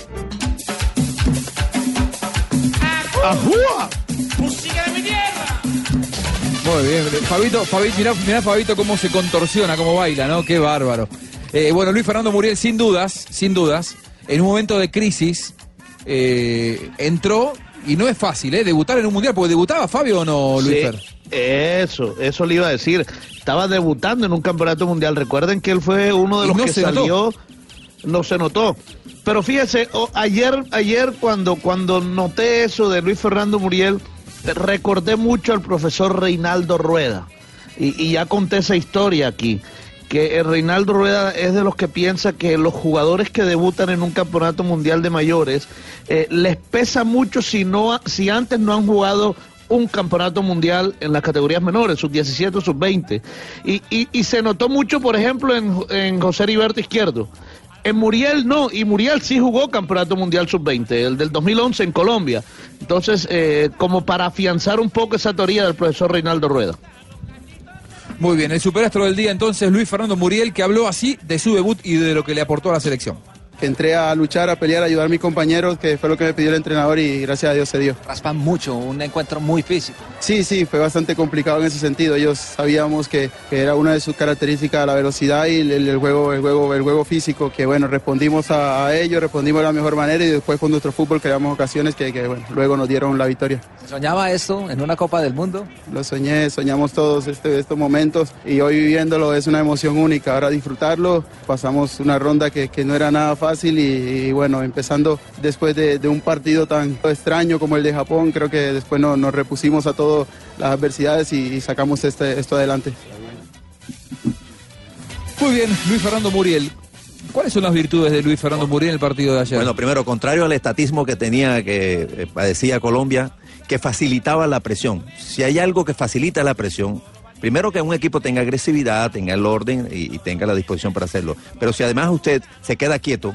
¡Ajúa! Muy bien, Fabito, Fabito, mirá, mirá Fabito cómo se contorsiona, cómo baila, ¿no? Qué bárbaro. Eh, bueno, Luis Fernando Muriel, sin dudas, sin dudas, en un momento de crisis, eh, entró y no es fácil, ¿eh? Debutar en un mundial, porque debutaba Fabio o no, Luis
Sí,
Fer?
Eso, eso le iba a decir. Estaba debutando en un campeonato mundial. Recuerden que él fue uno de
Y
los
no
que
se notó.
salió, no se notó. Pero fíjese, o- ayer, ayer cuando, cuando noté eso de Luis Fernando Muriel, recordé mucho al profesor Reinaldo Rueda. Y, y ya conté esa historia aquí. Que el Reinaldo Rueda es de los que piensa que los jugadores que debutan en un campeonato mundial de mayores eh, les pesa mucho si, no, ha- si antes no han jugado un campeonato mundial en las categorías menores, sub 17, sub 20. Y, y- y se notó mucho, por ejemplo, en, en José Heriberto Izquierdo. En Eh, Muriel no, y Muriel sí jugó Campeonato Mundial Sub-20, el del 2011 en Colombia. Entonces, eh, como para afianzar un poco esa teoría del profesor Reinaldo Rueda.
Muy bien, el superastro del día entonces, Luis Fernando Muriel, que habló así de su debut y de lo que le aportó a la selección.
que entré a luchar, a pelear, a ayudar a mis compañeros, que fue lo que me pidió el entrenador y gracias a Dios se dio. Raspan mucho, un encuentro muy físico. Sí, sí, fue bastante complicado en ese sentido. Ellos sabíamos que, que era una de sus características la velocidad y el, el juego, el juego, el juego físico, que bueno, respondimos a, a ello, respondimos de la mejor manera y después con nuestro fútbol creamos ocasiones que, que, bueno, luego nos dieron la victoria.
¿Soñaba esto en una Copa del Mundo?
Lo soñé, soñamos todos este- estos momentos y hoy viviéndolo es una emoción única. Ahora disfrutarlo, pasamos una ronda que, que no era nada fácil y, y bueno, empezando después de, de un partido tan extraño como el de Japón, creo que después no- nos repusimos a todas las adversidades y, y sacamos este, esto adelante.
Muy bien, Luis Fernando Muriel. ¿Cuáles son las virtudes de Luis Fernando Muriel en el partido de ayer?
Bueno, primero, contrario al estatismo que tenía, que eh, padecía Colombia, que facilitaba la presión. Si hay algo que facilita la presión, primero que un equipo tenga agresividad, tenga el orden y, y tenga la disposición para hacerlo. Pero si además usted se queda quieto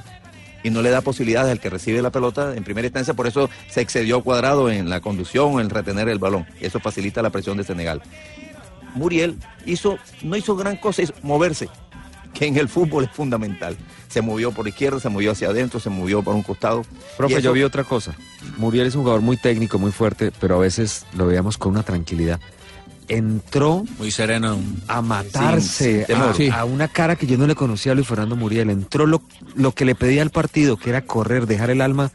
y no le da posibilidades al que recibe la pelota en primera instancia, por eso se excedió cuadrado en la conducción, en retener el balón. Eso facilita la presión de Senegal. Muriel hizo, no hizo gran cosa, hizo moverse, que en el fútbol es fundamental. Se movió por izquierda, se movió hacia adentro, se movió por un costado.
Profe,
Y eso-
yo vi otra cosa. Muriel es un jugador muy técnico, muy fuerte, pero a veces lo veíamos con una tranquilidad. Entró
Muy sereno.
a matarse ah, a, a
Ah,
una cara que yo no le conocía a Luis Fernando Muriel. Entró lo, lo que le pedía al partido, que era correr, dejar el alma.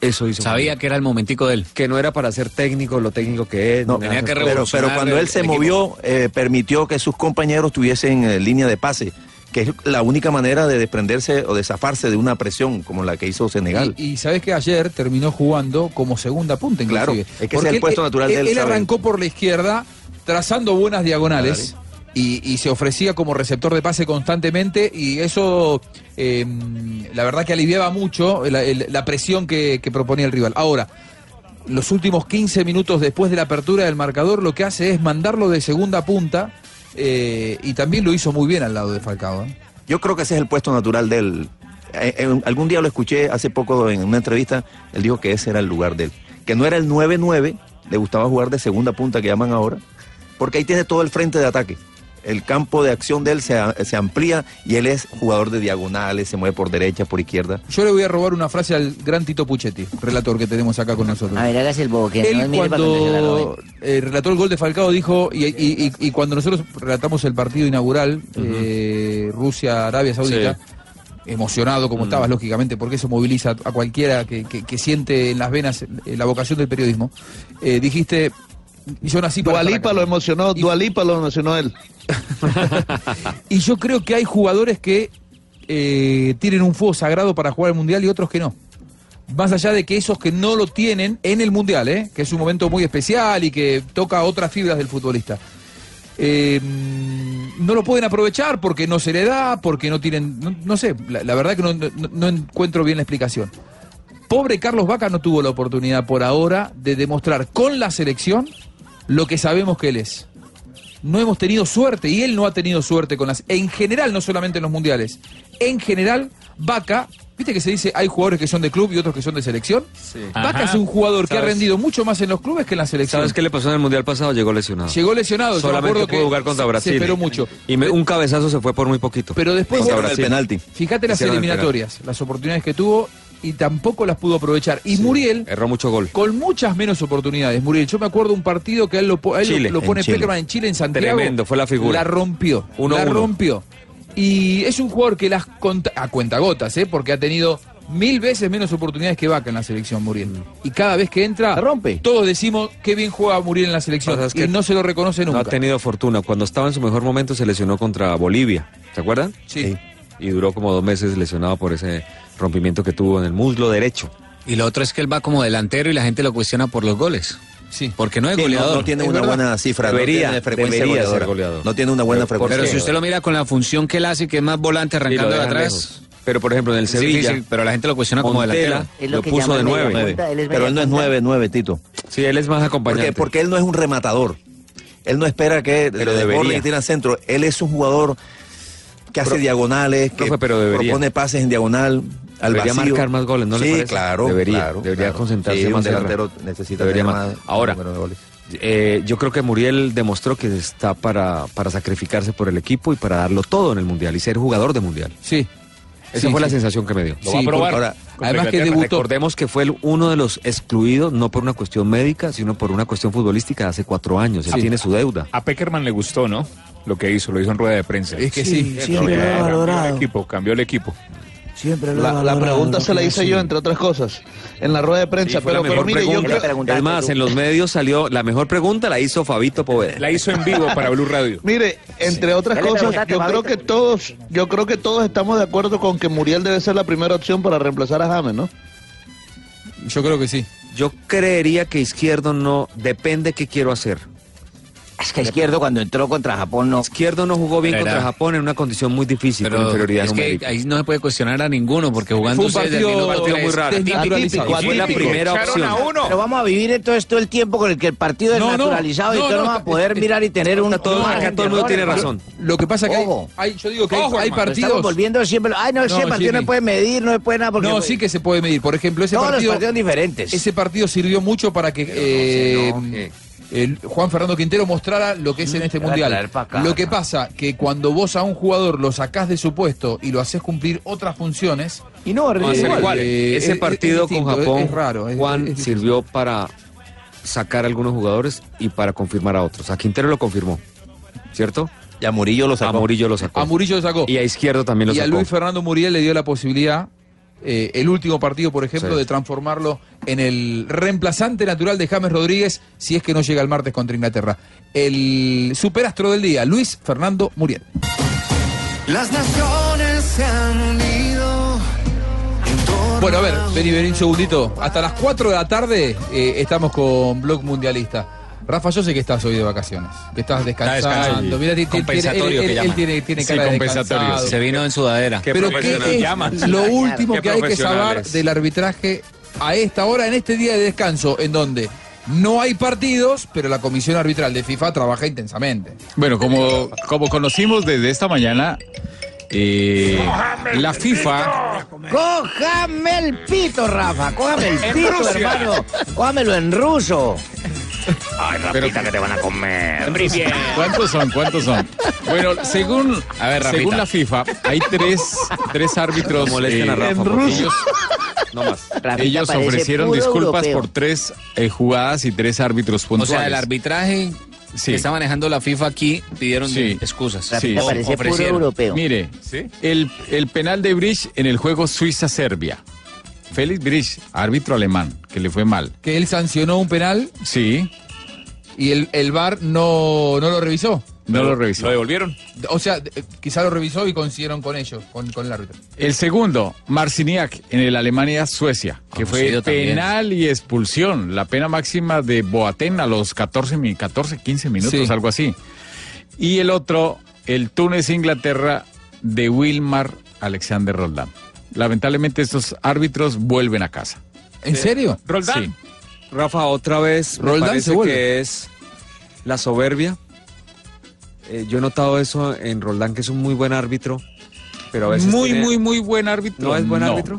Eso hizo.
Sabía que era el momentico de él.
Que no era para ser técnico, lo técnico que es.
No,
ni nada de esas
pero-
cosas.
pero, cuando él se movió, eh, permitió que sus compañeros tuviesen eh, línea de pase, que es la única manera de desprenderse o de zafarse de una presión como la que hizo Senegal.
Y, y sabes que ayer terminó jugando como segunda punta,
Claro,
inclusive.
es que ese es
Porque
el puesto natural de él,
Él
sabe.
arrancó por la izquierda, trazando buenas diagonales. Y, y se ofrecía como receptor de pase constantemente y eso eh, la verdad que aliviaba mucho la, el- la presión que, que proponía el rival. Ahora, los últimos 15 minutos después de la apertura del marcador lo que hace es mandarlo de segunda punta eh, y también lo hizo muy bien al lado de Falcao. ¿eh?
Yo creo que ese es el puesto natural de él. Eh, eh, algún día lo escuché hace poco en una entrevista, él dijo que ese era el lugar de él. Que no era el 9-9, le gustaba jugar de segunda punta que llaman ahora, porque ahí tiene todo el frente de ataque. El campo de acción de él se, a- se amplía y él es jugador de diagonales, se mueve por derecha, por izquierda.
Yo le voy a robar una frase al gran Tito Puchetti, relator que tenemos acá con nosotros.
A ver, hágase el bobo, que no me
Él
mire para donde yo la
cuando
robe.
eh, relató el gol de Falcao dijo, y, y- y- y cuando nosotros relatamos el partido inaugural, eh, Rusia-Arabia Saudita, emocionado como estabas, lógicamente, porque eso moviliza a cualquiera que, que- que siente en las venas eh, la vocación del periodismo, eh, dijiste, yo nací para estar acá.
Dualipa lo emocionó, Dualipa lo emocionó él.
Y yo creo que hay jugadores que eh, tienen un fuego sagrado para jugar el Mundial y otros que no. Más allá de que esos que no lo tienen en el Mundial, ¿eh? que es un momento muy especial y que toca otras fibras del futbolista. Eh, no lo pueden aprovechar porque no se le da, porque no tienen... No, no sé, la, la verdad que no- no- no encuentro bien la explicación. Pobre Carlos Vaca no tuvo la oportunidad por ahora de demostrar con la selección lo que sabemos que él es no hemos tenido suerte y él no ha tenido suerte con las. En general, no solamente en los mundiales. En general, Vaca, viste que se dice hay jugadores que son de club y otros que son de selección. Vaca
Ajá.
es un jugador que ha
¿Sabes?
rendido mucho más en los clubes que en la selección.
¿Sabes qué le pasó en el Mundial pasado? Llegó lesionado.
Llegó lesionado, yo me
Solamente
acuerdo
pudo
que
jugar contra
se- se
Brasil.
esperó mucho.
Y me- un cabezazo se fue por muy poquito.
Pero después
Contra
vos-
Brasil.
Fíjate las
Pues Hicieron el penal.
eliminatorias, las oportunidades que tuvo y tampoco las pudo aprovechar. Y Muriel
Erró mucho gol.
con muchas menos oportunidades. Muriel, yo me acuerdo un partido que a él lo, po- a él lo-
Chile,
lo
en
pone
Chile.
Peckerman en Chile, en Santiago.
Tremendo, fue la figura.
La rompió.
Uno,
la
uno.
rompió. Y es un jugador que las conta, a cuentagotas, ¿eh? porque ha tenido mil veces menos oportunidades que Vaca en la selección, Muriel.
Mm.
Y cada vez que entra, rompe. todos decimos qué bien juega Muriel en la selección.
Pasa es
y
que
no se lo reconoce
No
nunca.
ha tenido fortuna. Cuando estaba en su mejor momento se lesionó contra Bolivia. ¿Se acuerdan?
Sí.
Y duró como dos meses lesionado por ese rompimiento que tuvo en el muslo derecho.
Y lo otro es que él va como delantero y la gente lo cuestiona por los goles.
Sí.
Porque no es
Sí, no-
goleador.
no tiene una buena cifra, no
Debería,
tiene frecuencia
debería
goleadora.
ser goleador.
No tiene una buena frecuencia
Pero si usted
goleadora.
lo mira con la función que él hace, que es más volante arrancando de
dejan
atrás.
lejos. Pero por ejemplo en el
es
Sevilla.
difícil, pero la gente lo cuestiona como
Montela
delantero.
Es lo lo que puso llaman de media nueve. punta, él es Pero media él no es punta. nueve, nueve, Tito.
Sí, él es más
Porque, porque él no es un rematador. Él no espera que
Pero
le desborde
debería.
que tiene al centro. Él es un jugador que hace
Pro-
diagonales, que
Profe, pero debería.
propone pases en diagonal al
debería
vacío.
marcar más goles, ¿no
sí,
le parece?
claro.
Debería,
claro,
debería
claro.
concentrarse
Sí, un
más. en-
delantero necesita
Debería
tener
más.
más
Ahora,
número de goles.
eh, yo creo que Muriel demostró que está para, para sacrificarse por el equipo y para darlo todo en el Mundial y ser jugador de Mundial.
Sí.
Esa
Sí,
fue la
sí.
sensación que me dio.
Lo va a Sí, probar porque ahora- contra además que Inglaterra. debutó.
Recordemos que fue el- uno de los excluidos, no por una cuestión médica, sino por una cuestión futbolística de hace cuatro años. Él
Sí.
tiene su deuda.
Ah,
A Peckerman le gustó, ¿no? Lo que hizo, lo hizo en rueda de prensa.
Es que sí. Sí,
siempre lo
cambió
ha
el
valorado.
equipo, cambió el equipo.
Siempre
lo
la, la
valoraron,
pregunta
lo
se la
que
hice
decía.
yo, entre otras cosas, en la rueda de prensa.
Sí, fue la
pero, pero
mejor
pues, mire, yo
pregunta.
creo-
Es más, en los medios salió la mejor pregunta, la hizo Fabito Poveda.
La hizo en vivo para Blue Radio.
Mire, entre otras
Ya le
cosas,
preguntaste,
yo
Fabito.
creo que todos, yo creo que todos estamos de acuerdo con que Muriel debe ser la primera opción para reemplazar a James, ¿no?
Yo creo que sí.
Yo creería que Izquierdo no depende qué quiero hacer.
Es que Izquierdo cuando entró contra Japón no.
Izquierdo no jugó bien
Pero
contra
era-
Japón en una condición muy difícil,
Pero
con inferioridad
es que
numérica.
ahí no se puede cuestionar a ninguno porque jugando
Fue un
ustedes
partido-
terminó
partido
tres.
muy raro. Desnaturalizado.
Atípico,
Fue la
atípico.
primera Echaron opción. a uno.
Pero vamos a vivir entonces todo el tiempo con el que el partido es
No, no,
naturalizado y
no,
usted
no,
no, va a poder mirar y tener un.
todo-
un
acá
margen
todo el
de
mundo
error,
tiene
hermano.
razón. Lo que pasa que hay-
Ojo.
hay, yo digo que hay- hay
hermano,
partidos-
Estamos volviendo siempre. lo- Ay, no, ese
No,
partido no
Jimmy.
se puede medir, no se puede nada porque.
no, sí que se puede medir. Por ejemplo, ese
Todos los
partido.
partidos diferentes.
Ese partido sirvió mucho para que eh, el Juan Fernando Quintero mostrara lo que es en este
Era
mundial.
traer pa' acá,
lo que
¿no?
pasa que cuando vos a un jugador lo sacás de su puesto y lo haces cumplir otras funciones. eh,
Y no,
No va a ser igual. Ese partido con Japón, Juan sirvió para sacar a algunos jugadores y para confirmar a otros. A Quintero lo confirmó, ¿cierto?
Y a Murillo lo sacó.
A Murillo lo sacó.
A Murillo lo sacó.
Y a Izquierdo también lo
y a
sacó.
Luis Fernando Muriel le dio la posibilidad, eh, el último partido, por ejemplo,
Sí.
de transformarlo en el reemplazante natural de James Rodríguez si es que no llega el martes contra Inglaterra. El superastro del día, Luis Fernando Muriel.
Las naciones se han unido.
Bueno, a ver, vení, vení un segundito. Hasta las 4 de la tarde eh, estamos con Blog Mundialista. Rafa, yo sé que estás hoy de vacaciones, que estás
Ah,
descansando.
descansando.
Mirá, ti- ti- tiene-
Compensatorio
él,
que
él- él
llaman.
tiene, tiene cara de cansado.
Se vino en sudadera.
Ah, Pero ¿qué es lo último que hay que saber del arbitraje a esta hora, en este día de descanso, en donde no hay partidos, pero la comisión arbitral de FIFA trabaja intensamente.
Bueno, como, como conocimos desde esta mañana, eh, la FIFA,
Cójame el pito, Rafa. Cójame el
En
pito,
Rusia.
hermano. Cójamelo en ruso.
Ay,
rapita, que te van a comer.
¿Cuántos son? ¿Cuántos son? Bueno, según,
A ver, Rafita.
según la FIFA, hay tres, tres árbitros.
No molesten
eh,
a Rafa, En por favor. ruso.
Ellos,
No más.
ellos ofrecieron disculpas por tres eh, jugadas y tres árbitros
O
puntuales.
sea, el arbitraje que está manejando la FIFA aquí pidieron
Sí.
excusas.
Sí.
O ofrecieron.
Mire, el, el penal de Brich en el juego Suiza-Serbia. Félix Brich, árbitro alemán, que le fue mal.
Que él sancionó un penal
Sí,
y el, el VAR no, no lo revisó.
no lo revisó.
devolvieron?
O sea, eh, quizá lo revisó y coincidieron con ellos, con, con el árbitro.
El segundo, Marciniak, en el Alemania-Suecia, que fue
Conocido también.
penal y expulsión. La pena máxima de Boateng a los 14, mi- 14 15 minutos,
Sí.
algo así. Y el otro, el Túnez-Inglaterra de Wilmar Alexander Roldán. Lamentablemente estos árbitros vuelven a casa.
¿En serio?
Roldán.
Rafa, otra vez me
Roldán
parece
se vuelve.
que es la soberbia. Eh, yo he notado eso en Roldán, que es un muy buen árbitro, pero a veces
muy,
tiene-
muy, muy buen árbitro.
¿No es buen árbitro?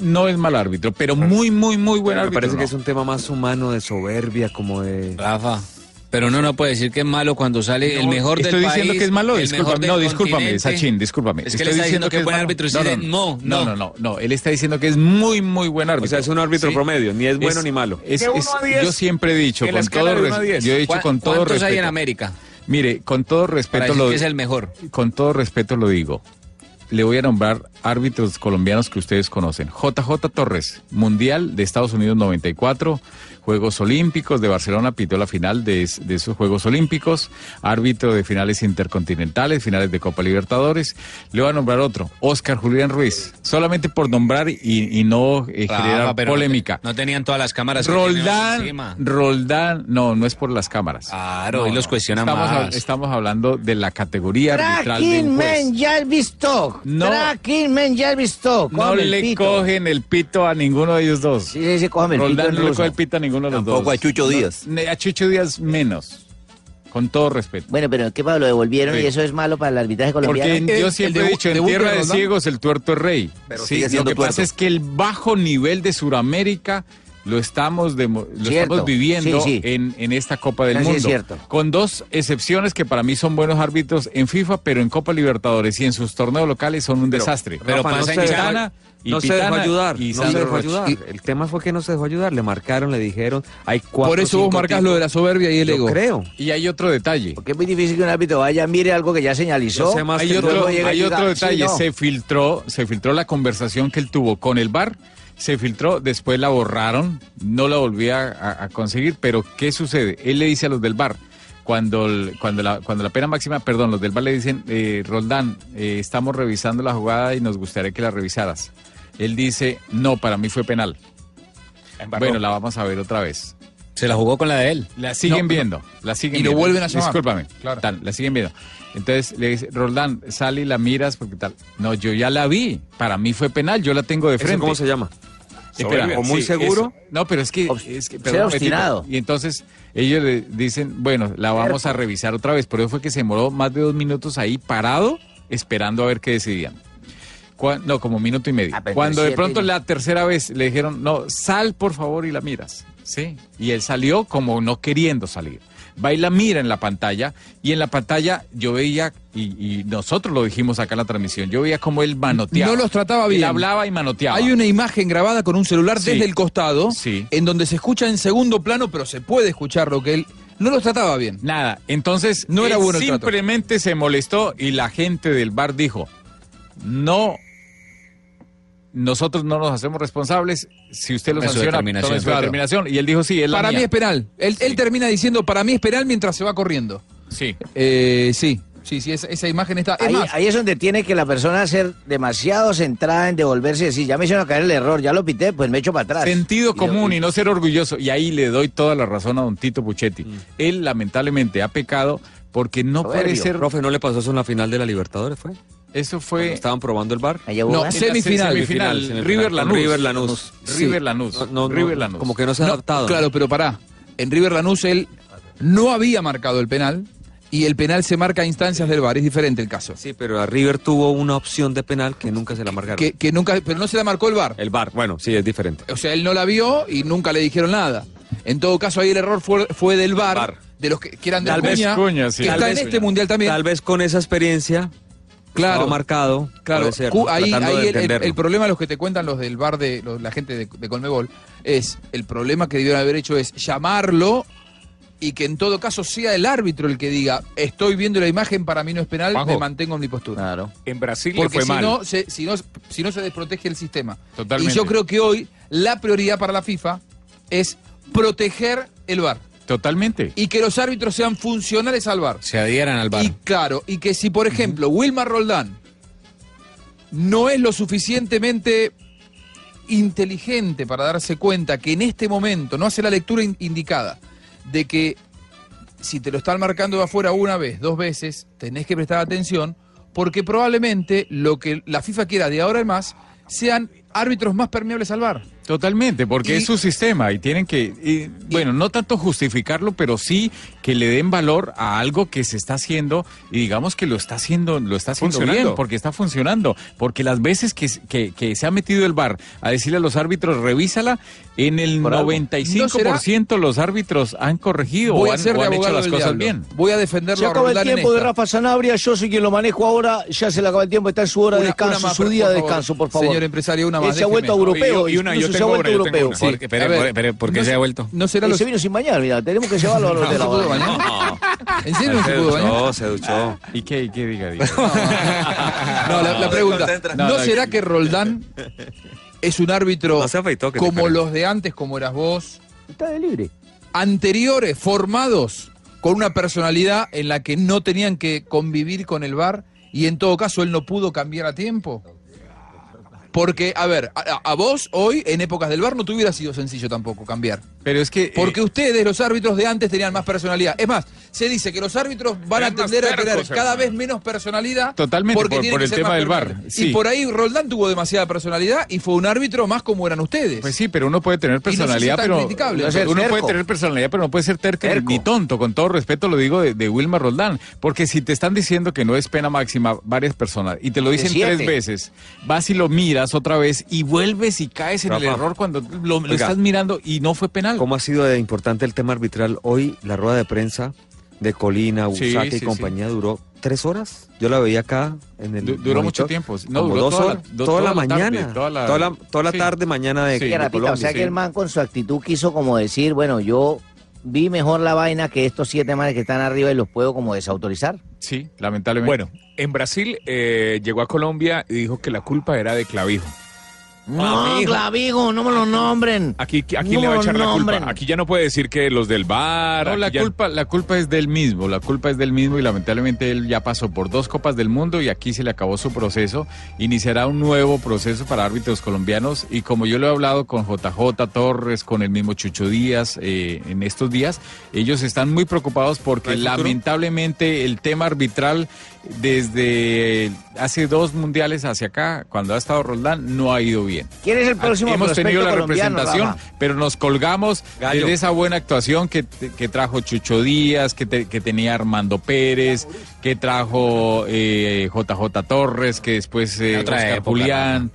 No es mal árbitro, pero muy, muy, muy buen
me
árbitro.
parece
no.
que es un tema más humano de soberbia, como de...
Rafa, pero uno no puede decir que es malo cuando sale el
No,
mejor del
estoy
país.
diciendo que es malo,
el mejor
discúlpame,
del
no, discúlpame,
continente.
Sachin, discúlpame.
Es que
Estoy
le está diciendo que es buen
malo.
árbitro, y dice, no,
no, no, no, no, él está diciendo que es muy, muy buen árbitro. O sea, es
un árbitro promedio, ni es bueno ni malo.
es-
De uno
es-
a diez,
yo siempre he dicho,
en la
con
escala
todo,
de uno a
res-
diez.
yo he dicho
¿Cuá-
con todo
¿Cuántos
respeto.
hay en América?
Mire, con todo
Para
respeto
decir
lo
que es el mejor.
con todo respeto lo digo. Le voy a nombrar árbitros colombianos que ustedes conocen. JJ Torres, Mundial de Estados Unidos 94, Juegos Olímpicos de Barcelona, pitó la final de, es- de esos Juegos Olímpicos, árbitro de finales intercontinentales, finales de Copa Libertadores. Le voy a nombrar otro, Oscar Julián Ruiz, solamente por nombrar y, y no eh,
Rafa,
generar
pero no te-
polémica.
No, tenían todas las cámaras. que tenemos encima.
Roldán, Roldán, no, no es por las cámaras.
Claro,
No,
y los
no.
cuestionan
estamos, hab-
más.
Estamos hablando de la categoría arbitral de
Tracking
un juez.
Man Jarvis Stock.
No.
Tracking Man Jarvis Stock.
No le cogen el pito a ninguno de ellos dos. Sí,
sí, sí, cógeme el pito
Roldán
el
no le
ruso.
coge el pito a ninguno de los dos.
Tampoco a Chucho
No,
Díaz.
ne- a Chucho Díaz menos. Con todo respeto.
Bueno, pero ¿qué Pablo? ¿Devolvieron
Sí.
y eso es malo para el arbitraje colombiano?
Porque yo siempre he dicho, en tierra de ciegos el tuerto es rey.
Pero
Sí,
sigue
lo
siendo
que pasa
tuerto.
es que el bajo nivel de Sudamérica lo estamos, demo- lo
Cierto.
estamos viviendo
Sí, sí.
En, en esta Copa del
Eso sí
Mundo.
es cierto.
Con dos excepciones que para mí son buenos árbitros en FIFA, pero en Copa Libertadores y en sus torneos locales son un desastre.
Rafa, no se dejó- no se dejó
Pitana
ayudar,
y
no se dejó
Sandro
ayudar.
Rocha.
el tema fue que no se dejó ayudar, le marcaron, le dijeron, hay cuatro
Por eso
cinco
vos marcas
tipos.
lo de la soberbia y el
Yo
ego.
creo.
Y hay otro detalle.
Porque es muy difícil que un árbitro vaya, mire algo que ya señalizó.
hay
y
otro,
luego llega y
hay
diga,
otro
sí,
detalle,
no.
se filtró, se filtró la conversación que él tuvo con el bar, se filtró, después la borraron, no la volví a, a- a conseguir, pero ¿qué sucede? Él le dice a los del bar, cuando, el- cuando, la, cuando la pena máxima, perdón, los del bar le dicen, eh, Roldán, eh, estamos revisando la jugada y nos gustaría que la revisaras. Él dice, no, para mí fue penal. Bueno, la vamos a ver otra vez.
Se la jugó con la de él.
La siguen
No,
viendo, la siguen
Y lo
viendo.
vuelven a llamar.
Discúlpame,
Claro.
tal, la siguen viendo. Entonces le dice, Roldán, sale y la miras porque tal. No, yo ya la vi, para mí fue penal, yo la tengo de
¿Eso
frente.
cómo se llama?
Espera,
¿O muy seguro?
eso. No, pero es que... Es que un
este,
ser
momentito.
obstinado.
Y entonces ellos le dicen, bueno, la vamos a revisar otra vez. Por eso fue que se demoró más de dos minutos ahí parado, esperando a ver qué decidían. Cuan- no, como minuto y medio. Cuando de
siete
pronto
ya.
la tercera vez le dijeron, no, sal por favor y la miras. Sí. Y él salió como no queriendo salir. Va y la mira en la pantalla. Y en la pantalla yo veía, y, y nosotros lo dijimos acá en la transmisión, yo veía como él manoteaba.
No los trataba bien.
Él hablaba y manoteaba.
Hay una imagen grabada con un celular
Ah. Sí.
desde el costado,
Sí.
en donde se escucha en segundo plano, pero se puede escuchar lo que él. No los trataba bien.
Nada. Entonces,
No era
él
bueno el trato.
simplemente se molestó y la gente del bar dijo, no, nosotros no nos hacemos responsables si usted lo
Tome su
sanciona,
determinación.
tome su
Claro.
determinación. Y él dijo, sí, es la
Para
mía".
mí es penal. Él, él termina diciendo, para mí es penal mientras se va corriendo.
Sí.
Eh, sí, sí, sí, esa, esa imagen está. Es
Ahí,
más,
ahí es donde tiene que la persona ser demasiado centrada en devolverse y decir, ya me hicieron caer el error, ya lo pité, pues me echo para atrás.
Sentido común y no ser orgulloso. Y ahí le doy toda la razón a don Tito Puchetti.
Mm.
Él lamentablemente ha pecado porque no puede ser...
Profe, ¿no le pasó eso en la final de la Libertadores, fue?
Eso fue...
Cuando estaban probando el bar.
hubo No, bar. semifinal. Semifinal, River Lanús.
River Lanús.
Sí. River Lanús.
No, no, no,
River Lanús.
Como que no se ha adaptado.
Claro, pero pará. En River Lanús él no había marcado el penal. y el penal se marca a instancias del VAR. Es diferente el caso.
Sí, pero a River tuvo una opción de penal que nunca se la marcaron.
Que, que nunca, pero no se la marcó el VAR.
El bar, bueno, sí, es diferente.
O sea, él no la vio y nunca le dijeron nada. En todo caso, ahí el error fue, fue del VAR, de los que, que eran de
Tal vez
Acuña,
Cuña, sí.
que
Tal
está en
vez
este
Cuña.
mundial también.
Tal vez con esa experiencia
Claro.
estaba marcado.
Claro,
puede ser,
Cu- ahí,
tratando
ahí
de
el- el,
entenderlo.
el problema de los que te cuentan los del bar de los- la gente de, de Colmebol es el problema que debieron haber hecho es llamarlo y que en todo caso sea el árbitro el que diga estoy viendo la imagen para mí no es penal
Juanjo.
me mantengo en mi postura.
En Brasil le
Porque
fue
si
mal.
no se, si no si no se desprotege el sistema.
Totalmente.
Y yo creo que hoy la prioridad para la FIFA es proteger el bar
Totalmente.
y que los árbitros sean funcionales al bar.
Se adhieran al bar.
Y claro, y que si por ejemplo Wilmar Roldán no es lo suficientemente inteligente para darse cuenta que en este momento no hace la lectura in- indicada de que si te lo están marcando de afuera una vez, dos veces, tenés que prestar atención porque probablemente lo que la FIFA quiera de ahora en más sean árbitros más permeables al bar.
Totalmente, porque es su sistema y tienen que, y, bueno, no tanto justificarlo, pero sí que le den valor a algo que se está haciendo y digamos que lo está haciendo, lo está haciendo
Funcionando.
bien, porque está funcionando, porque las veces que, s- que, que se ha metido el bar a decirle a los árbitros, revísala, en el
Por algo.
95% los árbitros han corregido
Voy
o
a
han,
ser
o
de
han hecho
abogado
las
del diablo.
cosas bien.
Voy a defenderlo
Se
a
acaba el
Roldán en
tiempo de
esta.
Rafa Sanabria, yo soy quien lo manejo ahora, ya se le acaba el tiempo, está en su hora de
Una-
descanso,
una más,
su
por-
día
por
de
favor.
descanso, por favor.
Señor empresario, una más,
Él se ha
déjeme.
vuelto europeo,
Y- y una, yo
incluso se ha
tengo
vuelto
una, yo tengo
europeo.
una. Porque- pero-
A ver,
pero- pero ¿por qué se ha vuelto?
No será
Él
los
se vino sin bañar, mira, tenemos que llevarlo a los
Ah,
de la
pudo
hora.
bañar. ¿En serio no se pudo bañar?
No, se duchó.
¿Y qué, qué diga, diga?
No, la, la pregunta.
Concentra.
¿No,
No, no,
será que Roldán es un árbitro
que
como
diferente.
los de antes, como eras vos?
Está de libre.
Anteriores, formados, con una personalidad en la que no tenían que convivir con el VAR y en todo caso él no pudo cambiar a tiempo. Porque, a ver, a, a vos hoy, en épocas del VAR, no te hubiera sido sencillo tampoco cambiar.
Pero es que.
Porque ustedes, los árbitros de antes, tenían más personalidad. Es más, se dice que los árbitros van a
Eran más
tender a
tercos,
tener cada
hermano.
vez menos personalidad.
Totalmente, por-
tienen
por
que
el
ser
tema
más
del VAR,
permanentes.
sí.
Y por ahí Roldán tuvo demasiada personalidad y fue un árbitro más como eran ustedes.
Pues sí, pero uno puede tener
no sé si
personalidad,
tan
pero
criticable. No ser
uno
terco.
puede tener personalidad, pero no puede ser terco, ni tonto. Con todo respeto lo digo de, de Wilma Roldán, porque si te están diciendo que no es pena máxima varias personas y te lo
De
dicen
siete.
tres veces, vas y lo miras otra vez y vuelves y caes en el
Rafa.
error cuando lo, lo
Oiga.
estás mirando y no fue penal.
¿Cómo ha sido de importante el tema arbitral hoy? La rueda de prensa de Colina,
Sí,
Busaki
sí,
y
sí. compañía
duró tres horas. Yo la veía acá en el.
Du- duró mucho
monitor,
tiempo. No,
como
duró
dos
toda la-
horas.
do-
toda,
toda
la
la tarde,
mañana.
toda
toda
la-
la, toda la,
sí.
tarde, mañana de.
Sí,
de
Rapita, o
Colombia,
sea
sí.
que el man con su actitud quiso como decir, bueno, yo vi mejor la vaina que estos siete manes que están arriba y los puedo como desautorizar.
Sí, lamentablemente.
Bueno, en Brasil eh, llegó a Colombia y dijo que la culpa era de Clavijo.
Ah,
No,
Clavijo.
clavijo, no me lo nombren.
Aquí, ¿A quién le va a
No,
echar la
no,
culpa?
hombre.
Aquí ya no puede decir que los del bar.
No,
aquí
la
ya-
culpa, la culpa es del mismo, la culpa es del mismo y lamentablemente él ya pasó por dos copas del mundo y aquí se le acabó su proceso. Iniciará un nuevo proceso para árbitros colombianos y como yo lo he hablado con JJ Torres, con el mismo Chucho Díaz eh, en estos días, ellos están muy preocupados porque
¿No hay futuro?
lamentablemente el tema arbitral desde hace dos mundiales hacia acá, cuando ha estado Roldán, no ha ido bien.
¿Quién es el próximo
ah, Hemos
prospecto
tenido la
colombiano,
representación,
Rafa?
pero nos colgamos
Gallo.
de esa buena actuación que, que trajo Chucho Díaz, que, te- que tenía Armando Pérez, que trajo eh, JJ Torres, que después eh,
Otra
Oscar
época,
Julián.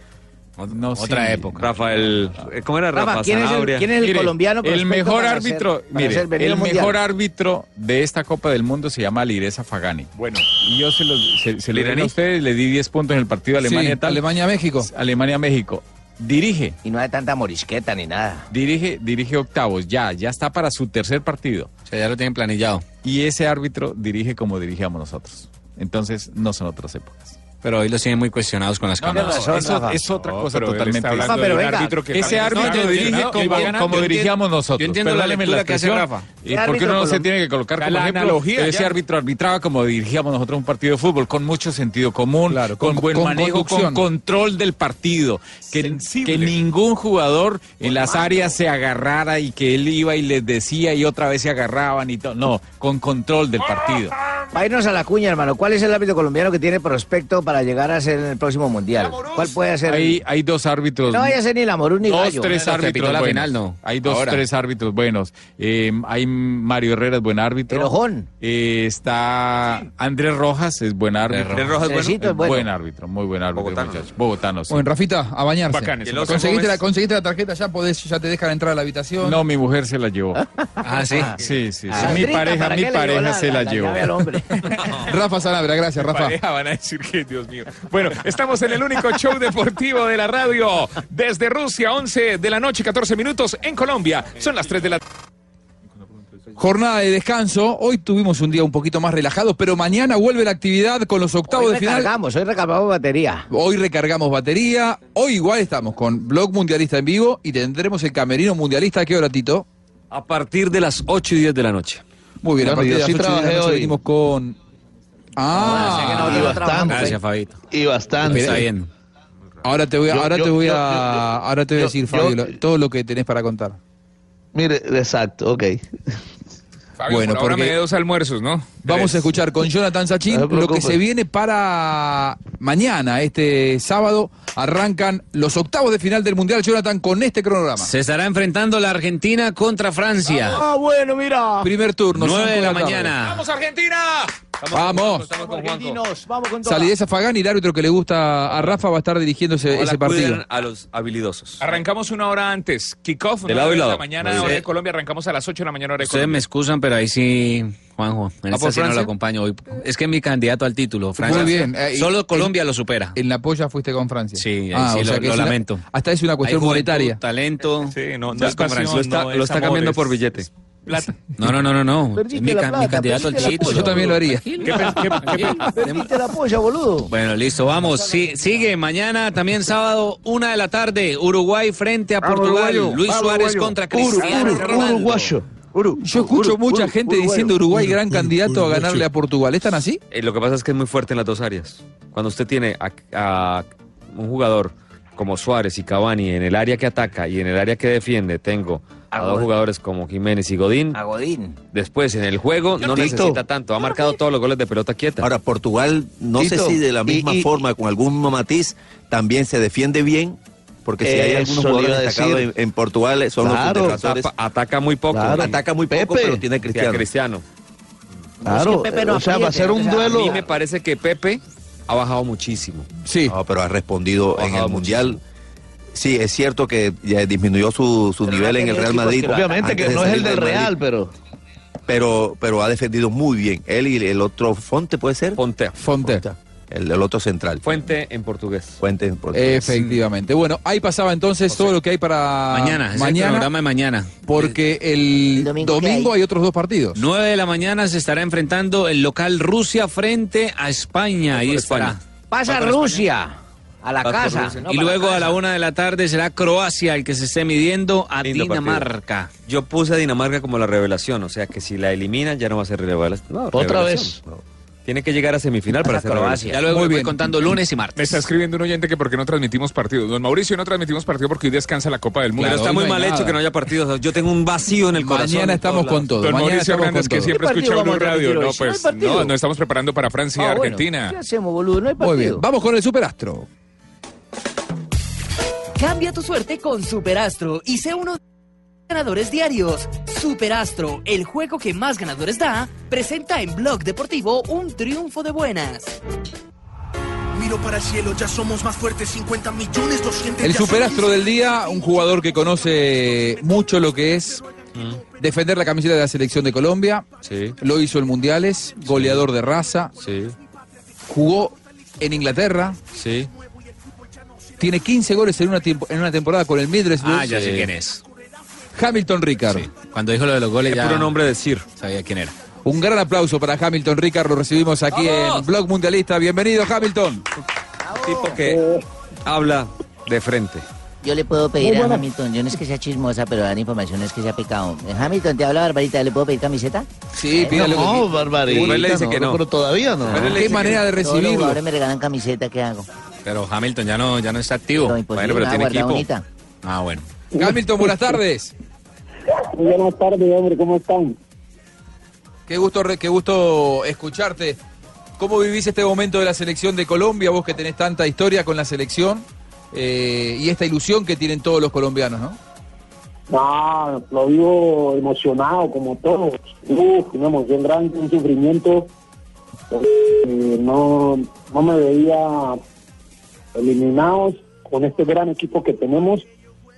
No,
otra época.
Rafael. eh, ¿Cómo era Rafa?
Rafa, ¿quién es el-
Sanabria.
quién es el
Mire,
colombiano El
prospecto
mejor
para
árbitro,
ser- para
mire,
ser venido
el
al Mundial?
mejor árbitro de esta Copa del Mundo se llama Lireza Fagani. Bueno, y yo se lo, se, se lo dije a ustedes, le di 10 puntos en el partido de Alemania
Sí,
tal.
Alemania-México.
Alemania-México. Dirige.
Y no hay tanta morisqueta ni nada.
Dirige, dirige octavos, ya, ya está para su tercer partido. O sea, ya lo tienen planillado. Y ese árbitro dirige como dirigíamos nosotros. Entonces, no son otras épocas.
Pero hoy los tienen muy cuestionados con las
No, no,
cámaras.
no, eso es otra cosa totalmente
diferente.
distinta. ese árbitro dirige como, como dirigíamos nosotros.
Yo entiendo la
Perdóneme
lectura que hace
expresión.
Rafa.
¿Y por qué uno no se
Colom-
tiene que colocar
La
como ejemplo?
analogía,
Pero ese
ya.
árbitro arbitraba como dirigíamos nosotros un partido de fútbol, con mucho sentido común, con,
con-
buen
con
manejo,
conducción.
con control del partido. Que, que ningún jugador en las áreas se agarrara y que él iba y les decía y otra vez se agarraban y todo. No, con control del partido.
Para irnos a la cuña, hermano, ¿cuál es el árbitro colombiano que tiene prospecto para llegar a ser en el próximo mundial? ¿Cuál puede ser?
Hay, hay dos árbitros.
No vaya a ser ni Lamorú ni
Dos,
Gallo.
tres
Bueno,
árbitros.
repitió la
buenos.
final, no.
Hay dos,
Ahora.
tres árbitros buenos. Eh, hay Mario Herrera, es buen árbitro.
El Ojón.
Eh, está Andrés Rojas, es buen árbitro.
Andrés Rojas. Andrés Rojas, bueno.
buen. árbitro, muy buen árbitro. Bogotano. Bogotano, sí.
Bueno, Rafita, a bañarse.
Bacanes. El oso
conseguiste, la,
Gómez.
conseguiste la tarjeta, ya podés, ya te dejan entrar a la habitación.
No, mi mujer se la llevó. Ah,
¿sí?
Sí, sí.
Ah.
mi
Sandrita,
pareja,
¿para
mi
qué le
pareja
dio la-
se
la-
la,
la
llevó.
llave al Rafa Sanabria, gracias,
Mi
Rafa.
pareja, van a decir que, Dios mío. Bueno, estamos en el único show deportivo de la radio. Desde Rusia, 11 de la noche, 14 minutos. En Colombia, son las 3 de la
Jornada de descanso. Hoy tuvimos un día un poquito más relajado, pero mañana vuelve la actividad con los octavos
Hoy
de final.
recargamos, hoy recargamos batería.
Hoy recargamos batería. Hoy igual estamos con Blog Mundialista en vivo y tendremos el camerino mundialista. ¿A qué hora, Tito?
A partir de las 8 y 10 de la noche.
Muy bien, a
Bueno,
partir de
yo
las
sí
8 de la
trabajé
noche
hoy.
venimos con. Ah,
y bastante.
Fabito.
Y bastante.
Está bien. Ahora te voy a,
Yo-
ahora
yo-
te voy
yo-
a,
yo- yo-
ahora te voy a
yo-
decir,
yo-
Fabio, lo- todo lo que tenés para contar.
Mire, exacto, ok.
Bueno,
bueno, ahora
porque-
me de dos almuerzos, ¿no?
Vamos a escuchar con Jonathan Sachin
No te
lo que
preocupes.
se viene para mañana, este sábado. Arrancan los octavos de final del Mundial, Jonathan, con este cronograma.
Se estará enfrentando la Argentina contra Francia.
bueno, mira. Primer turno.
9 de
cinco
la
tarde.
mañana.
¡Vamos, Argentina!
Vamos.
Argentinos, vamos con toda.
Salidez Fagán y el árbitro que le gusta a Rafa va a estar dirigiendo ese, ese partido.
a los habilidosos.
Arrancamos una hora antes. Kickoff,
De
nueve
lado y
de la
lado.
mañana,
Muy
hora de
bien.
Colombia. Arrancamos a las 8 de la mañana, hora de
Ustedes me
Colombia.
excusan, pero ahí sí, Juanjo, en
¿Ah,
esta
por
sí no lo
Francia?
acompaño hoy. Es que es mi candidato al título, Francia.
Muy bien. Eh, y-
Solo Colombia lo supera.
En la polla fuiste con Francia.
Sí, ahí
Ah,
sí
o
lo,
sea que
lo
es una-
lamento.
hasta es una cuestión
Hay juventud,
monetaria.
Talento.
no,
Ya
es
con
pasión,
Francia.
no es amor, es-
billete.
Plata.
No, no, no, no, no. Es
Perdiste
mi,
la
ca- mi
plata,
candidato al
perdiste la
título.
plata. Yo también lo haría.
Tranquilo.
Perdiste la polla, boludo.
Bueno, listo, vamos. Sí, sigue mañana, también sábado, una de la tarde, Uruguay frente a Portugal.
uruguayo,
Luis
vamos,
Suárez
uruguayo.
contra
Uru,
Cristiano
uru,
Ronaldo.
Uruguayo.
Yo escucho
Uru-
mucha
Uru-
gente
uruguayo.
diciendo Uruguay gran candidato a
uruguayo.
ganarle a Portugal. ¿Están así?
Eh, lo que pasa es que es muy fuerte en las dos áreas. Cuando usted tiene a, a un jugador como Suárez y Cavani en el área que ataca y en el área que defiende, tengo a, dos jugadores como Jiménez y Godín.
A Godín.
Después, en el juego,
Tito.
no
Ah,
necesita tanto. Ha marcado todos los goles de pelota quieta.
Ahora, Portugal, no sé
Tito,
si de la
y-
misma
y-
forma, con algún matiz, también se defiende bien, porque si hay
Eso
algunos
le iba
jugadores
a
destacados en,
Eh, decir.
en Portugal, eh, son
Claro.
los defensores.
Ataca- ataca muy poco.
Claro.
Ataca muy poco,
Pepe.
pero tiene a Cristiano.
Sí, a
Claro,
Pepe no o sea, va a apriete, ser un o sea, duelo-
A mí me parece que Pepe ha bajado muchísimo.
Sí.
No, pero ha respondido en el Mundial. Sí, es cierto que ya disminuyó su, su nivel en el Real Madrid.
Obviamente
antes
que
de
no es
salir
el del
Madrid,
Real, pero.
pero, pero ha defendido muy bien. Él y el otro, ¿Fonte puede ser?
Fonte.
Fonte.
El, el otro central.
Fuente en portugués.
Fuente en portugués.
Efectivamente. Bueno, ahí pasaba entonces todo lo que hay para
Mañana, es el
mañana
programa de mañana.
porque el, domingo, hay. otros dos partidos.
9 de la mañana se estará enfrentando el local Rusia frente a España. Ahí estará.
Pasa Rusia a la
Va por
casa.
Rusia.
No,
y
para
luego
casa.
a la una de la tarde será Croacia el que se esté midiendo a
Lindo partido.
Dinamarca.
Yo puse a Dinamarca como la revelación, o sea que si la eliminan ya no va a ser revelación. No,
Otra
revelación, no. Tiene que llegar a semifinal para ser revelación.
Ya luego voy contando lunes y martes.
Me está escribiendo un oyente que por qué no transmitimos partidos. Don Mauricio, no transmitimos partido porque hoy descansa la Copa del Mundo.
Pero está muy mal hecho que no haya partidos. Yo tengo un vacío en el corazón.
Mañana
en
estamos
todos
con todo.
lados.
Don Mauricio Hernández, que siempre
¿Qué partido
escucha Blue
vamos a transmitir
Radio. No,
hoy?
pues
No hay partido.
no, nos estamos preparando para Francia y
Ah, bueno.
Argentina.
¿Qué hacemos, boludo? No hay partido.
Muy bien, vamos con el Superastro.
Cambia tu suerte con Superastro y sé uno de los ganadores diarios. Superastro, el juego que más ganadores da, presenta en Blog Deportivo un triunfo de buenas.
Miro para el cielo, ya somos más fuertes, 50 millones, 200
El superastro del día, un jugador que conoce mucho lo que es defender la camiseta de la selección de Colombia. Lo hizo en mundiales, goleador de raza,
Sí,
jugó en Inglaterra,
sí.
tiene 15 goles en una, tiempo- en una temporada con el Middlesbrough.
Ah, ya sé quién es.
Hamilton Ricard.
Cuando dijo lo de los goles
Es
ya...
puro nombre
decir.
Sabía quién era.
Un gran aplauso para Hamilton Ricard, lo recibimos aquí en Blog Mundialista. Bienvenido, Hamilton.
Tipo que habla de frente.
Yo le puedo
pedir
Muy
a
buena.
Hamilton, yo no es que sea chismosa, pero dan informaciones que sea pecado. Eh, Hamilton, te habla Barbarita, ¿le puedo pedir camiseta?
Sí,
pídale.
No, barbaridad.
Después le dice que no.
Pero todavía no.
Después le dice que no.
Todos los jugadores me regalan camiseta, ¿qué hago?
Pero Hamilton ya no, ya no está activo. bueno, pero
nada,
tiene
guardado
equipo.
bonita.
Ah, bueno.
Hamilton, buenas tardes.
Buenas tardes, hombre, ¿cómo están?
Qué gusto, re- qué gusto escucharte. ¿Cómo vivís este momento de la selección de Colombia? Vos que tenés tanta historia con la selección eh, y esta ilusión que tienen todos los colombianos, ¿no?
No, Ah, lo vivo emocionado como todos. Uf, una emoción grande, un sufrimiento. Eh, no, no me veía eliminados con este gran equipo que tenemos.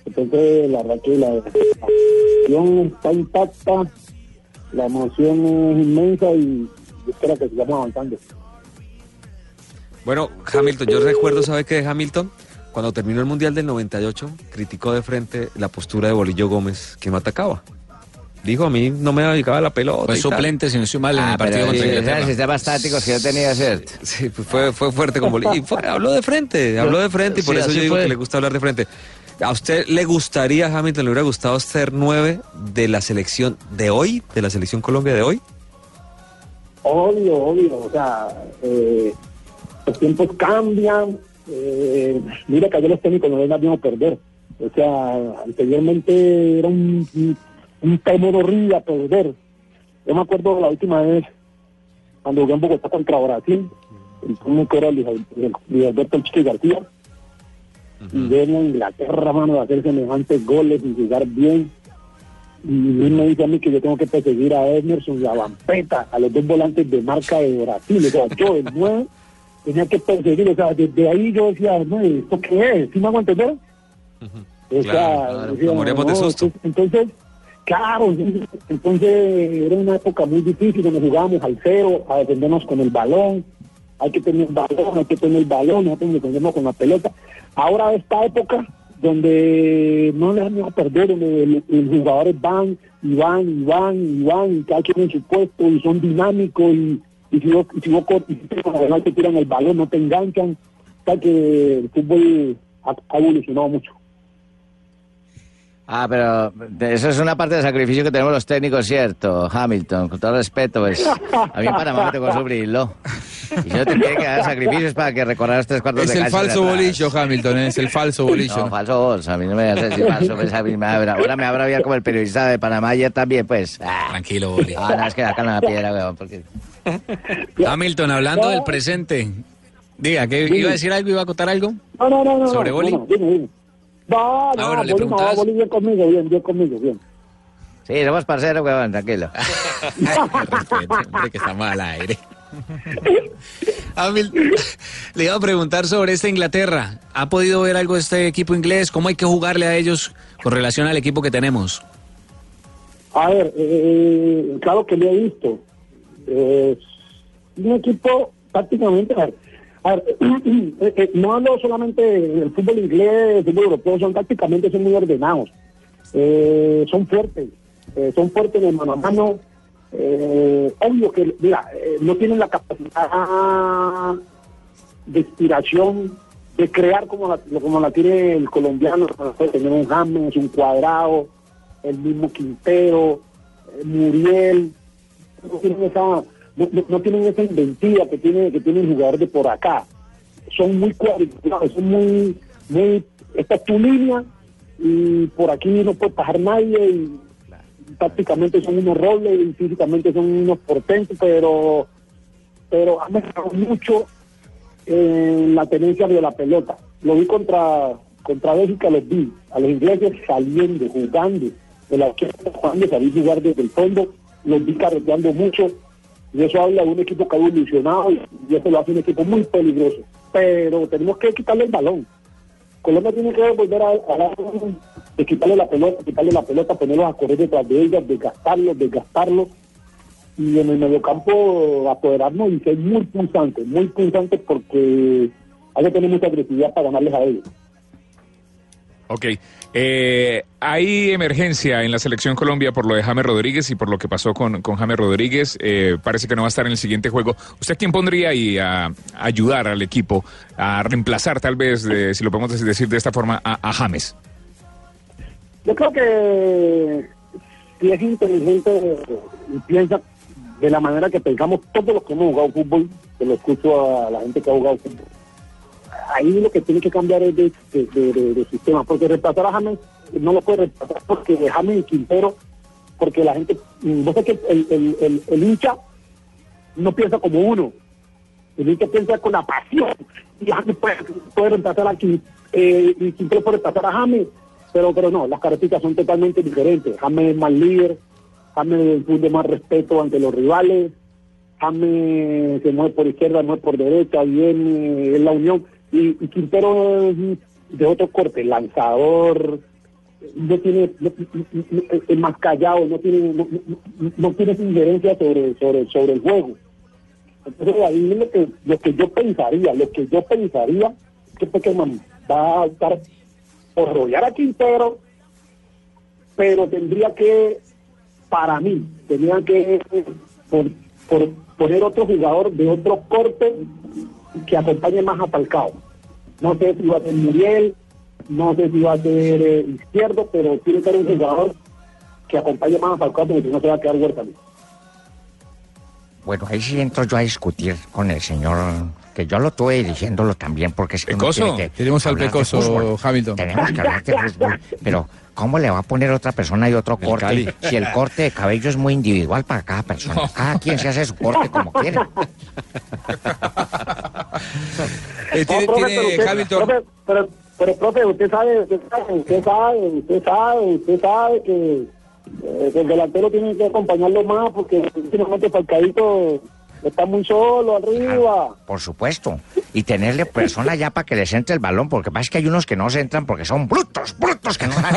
Entonces, la verdad que la emoción está intacta, la emoción es inmensa y yo espero que sigamos avanzando.
Bueno, Hamilton, yo recuerdo, ¿sabe qué de Hamilton? Cuando terminó el Mundial del 98, criticó de frente la postura de Bolillo Gómez, que me atacaba. Dijo, a mí no me dedicaba la pelota.
Fue
y tal".
Pues suplente, si no estoy mal,
Ah,
en el partido contra Inglaterra.
cierto. Sí, pues fue, fue fuerte con Bolillo. Y fue- habló de frente, habló de frente y por
Sí,
eso
así
yo digo
fue.
que le gusta hablar de frente. ¿A usted le gustaría, Hamilton, le hubiera gustado ser nueve de la selección de hoy, de la selección Colombia de hoy?
Obvio, obvio, o sea, eh, los tiempos cambian. eh, mira que ayer los técnicos no les da miedo perder. O sea, anteriormente era un, un, un temor horrible a perder. Yo me acuerdo la última vez cuando jugué en Bogotá contra Brasil, el técnico era Luis Al- Luis Alberto El Chiqui García.
Mm.
Y venía a Inglaterra, mano, a hacer semejantes goles y jugar bien y él me dice a mí que yo tengo que perseguir a Emerson y a Vampeta, a los dos volantes de marca de Brasil. O sea, yo, el 9, tenía que perseguir. O sea, desde ahí yo decía, no, ¿esto qué es? ¿Sí me hago entender? O sea,
Claro, claro,
decía,
nos moríamos de susto.
entonces- Entonces, claro, entonces era una época muy difícil donde jugábamos al cero, a defendernos con el balón. Hay que tener balón, hay que tener balón, nosotros nos defendemos con la pelota. Ahora esta época donde no les han dejado perder, donde el- los jugadores van y van y van y van, y cada quien en su puesto y son dinámicos y, y si vos, y si vos cor- y si te- no te tiran el balón, no te enganchan. O sea que el fútbol ha- ha evolucionado mucho.
Ah, pero eso es una parte del sacrificio que tenemos los técnicos, ¿cierto? Hamilton, con todo respeto, pues. A mí en Panamá me tocó sufrirlo. Y yo te tiene que dar sacrificios para que recorras tres cuartos
Es
de
el
cancha de
falso
atrás.
bolillo, Hamilton, ¿eh? es el falso bolillo.
No, falso vos, a mí no me vas a decir falso, pues a mí me abra. Ahora me abra bien como el periodista de Panamá ayer también, pues.
Tranquilo, Boli.
Ah, no, es que acá no la piedra, weón, porque...
Hamilton, hablando del presente. Diga, que
Sí.
iba a decir algo, iba a contar algo.
No, no, no, no.
¿Sobre
no,
Boli?
No, dime, dime. No, no,
Ahora le
Boli no,
preguntás.
Boli bien conmigo, bien, bien conmigo, bien.
Sí, somos parceros, weón, tranquilo.
Hombre, que estamos al aire. Hamilton, le iba a preguntar sobre esta Inglaterra. ¿Ha podido ver algo de este equipo inglés? ¿Cómo hay que jugarle a ellos con relación al equipo que tenemos?
A ver, eh, claro que lo he visto. Eh, un equipo prácticamente... A ver, a ver, eh, eh, no hablo solamente del fútbol inglés, del fútbol europeo, son prácticamente son muy ordenados. Eh, son fuertes, eh, son fuertes en el mano a mano. Eh, obvio que, mira, eh, no tienen la capacidad de inspiración, de crear como la, como la tiene el colombiano, como puede tener un James, un Cuadrado, el mismo Quintero, eh, Muriel, no tienen esa, no, no- no tienen esa inventiva que tiene, que tiene el jugador de por acá. Son muy cuadriculados, son muy, muy, esta es tu línea y por aquí no puede pasar nadie y tácticamente son unos roles y físicamente son unos portentos, pero pero han mejorado mucho en la tenencia de la pelota. Lo vi contra contra Bélgica, los vi a los ingleses saliendo, jugando, de la izquierda jugando, salir a jugar desde el fondo, los vi carreteando mucho, y eso habla de un equipo que ha evolucionado y, y eso lo hace un equipo muy peligroso. Pero tenemos que quitarle el balón. Colombia tiene que volver a, a dar un- de quitarle la pelota, quitarle la pelota, ponerlos a correr detrás de ellas, desgastarlos, desgastarlos. Y en el mediocampo apoderarnos y ser muy punzantes, muy punzantes porque hay que tener mucha agresividad para ganarles a ellos.
Ok. eh, hay emergencia en la selección Colombia por lo de James Rodríguez y por lo que pasó con, con James Rodríguez. Eh, parece que no va a estar en el siguiente juego. ¿Usted quién pondría ahí a, a ayudar al equipo a reemplazar, tal vez, de- si lo podemos decir de esta forma, a, a James?
Yo creo que si es inteligente y piensa de la manera que pensamos todos los que hemos jugado fútbol, que lo escucho a la gente que ha jugado fútbol, ahí lo que tiene que cambiar es de, de- de- de- de sistema, porque reemplazar a James no lo puede reemplazar porque James y Quintero porque la gente, mm, vos sabés que el, el- el- el hincha no piensa como uno, el hincha piensa con la pasión, y James puede, puede reemplazar aquí, eh, y Quintero puede reemplazar a James, pero, pero no, las características son totalmente diferentes, James es más líder, James de más respeto ante los rivales, James se mueve por izquierda, mueve por derecha, viene, es la unión. Y, y Quintero es de otro corte, lanzador, no tiene, no- no- no- es más callado, no tiene, no, no- no tiene esa injerencia sobre, sobre, sobre el juego. Entonces ahí lo que, lo que yo pensaría, lo que yo pensaría, que Peckerman va a optar por rodear a Quintero, pero tendría que, para mí, tendría que eh, por- por poner otro jugador de otro corte que acompañe más a Falcao. No sé si va a ser Muriel, no sé si va a ser eh, Izquierdo, pero tiene que haber un jugador que acompañe más a Falcao porque si no se va a quedar huérfano.
Bueno, ahí sí entro yo a discutir con el señor, que yo lo estuve dirigiéndolo también, porque es que uno
Pecoso.
tiene que
Tenemos al
hablar de
Pecoso,
fútbol.
Hamilton.
Tenemos que hablar de fútbol, pero ¿cómo le va a poner otra persona y otro corte?
Cali.
Si el corte de cabello es muy individual para cada persona, cada quien se hace su corte como quiere.
Eh, tiene-
No, profe,
tiene
pero usted-
Hamilton.
profe, pero, pero, profe, usted sabe, usted sabe, usted sabe, usted sabe, usted sabe que eh, el delantero tiene que acompañarlo más porque últimamente Falcaíto está muy solo arriba.
Por supuesto. Y tenerle persona ya para que les entre el balón, porque pasa que hay unos que no se entran porque son brutos, brutos que no dan.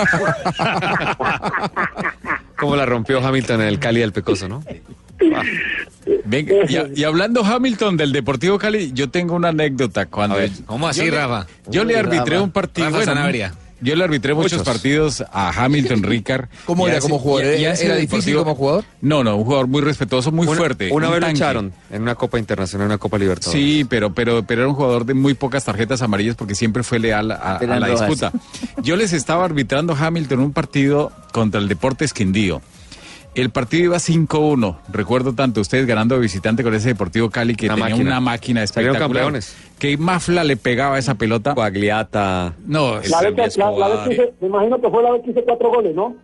¿Cómo la rompió Hamilton en el Cali del Pecoso, no?
Venga, y, a- y hablando Hamilton del Deportivo Cali, yo tengo una anécdota. Cuando
¿cómo así,
yo le-
Rafa?
Yo le
Uy,
arbitré
Rafa.
un partido.
Rafa Sanabria.
Yo le arbitré muchos,
Muchos.
partidos a Hamilton Ricard.
¿Cómo
Y
era
a ese-
como jugador? eh?
y a- y a
¿Era-
ese
era difícil
Deportivo-
como jugador?
No, no, un jugador muy respetuoso, muy
Una-
fuerte.
Una
un
vez lo
tanque.
echaron en una Copa Internacional, en una Copa Libertadores.
Sí, pero, pero, pero era un jugador de muy pocas tarjetas amarillas porque siempre fue leal a, a
Eran
la
rojas.
disputa. Yo les estaba arbitrando Hamilton un partido contra el Deportes Quindío. El partido iba 5-1. Recuerdo tanto ustedes ganando de visitante con ese Deportivo Cali que
Una
tenía
máquina.
una máquina
Salieron
espectacular.
campeones.
Que Mafla le pegaba esa pelota.
Pagliata.
No,
La vez, que, la, la vez que hice- me imagino que fue la vez que hice cuatro goles, ¿no?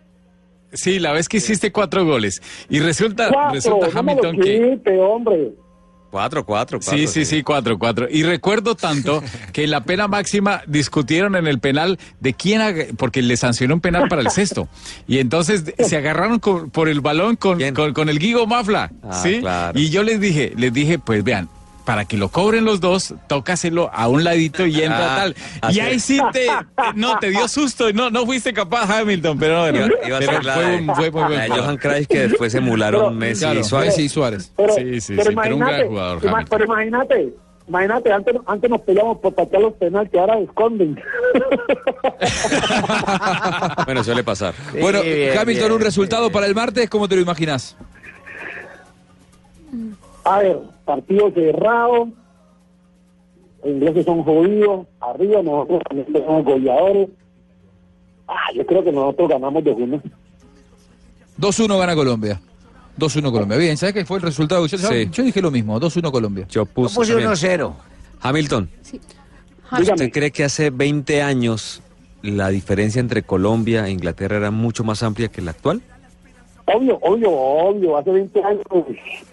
Sí, la vez que hiciste cuatro goles. Y resulta,
Cuatro,
resulta
no me
Hamilton
lo
que.
quite, hombre.
Cuatro, cuatro, cuatro.
Sí, sí, sí, cuatro, cuatro. Y recuerdo tanto que en la pena máxima discutieron en el penal de quién, ag- porque le sancionó un penal para el sexto. Y entonces de- se agarraron co- por el balón con, con, con el Guigo Mafla.
Ah,
¿sí?
claro.
Y yo les dije, les dije, pues vean. Para que lo cobren los dos, tócaselo a un ladito y entra
Ah,
tal.
así
Y ahí
es.
sí te, te- no te dio susto, no, no fuiste capaz, Hamilton, pero no,
Iba, iba a
pero
ser la
fue
de,
un- fue muy buen
la de
jugador.
Johan Cruyff que después emularon Messi
Claro,
y Suárez.
Messi
y Suárez.
Pero,
Sí, sí, sí, pero
pero
un
imagínate,
gran jugador,
ima-
Hamilton.
pero imagínate, imagínate, antes, antes nos peleamos por patear los penales que ahora esconden.
Bueno, suele pasar.
bueno,
bien,
Hamilton,
bien,
un resultado para el martes, ¿cómo te lo imaginas?
A ver, partido cerrado. Los ingleses son jodidos. Arriba nosotros también somos goleadores. Ah, yo creo que nosotros ganamos de uno.
2-1 gana Colombia. 2-1 Colombia. Bien, ¿sabes qué fue el resultado? Yo,
Sí.
yo dije lo mismo, 2-1 Colombia.
Yo puse,
Yo puse
también.
1-0.
Hamilton, ¿usted cree que hace 20 años la diferencia entre Colombia e Inglaterra era mucho más amplia que la actual?
Obvio, obvio, obvio. Hace 20 años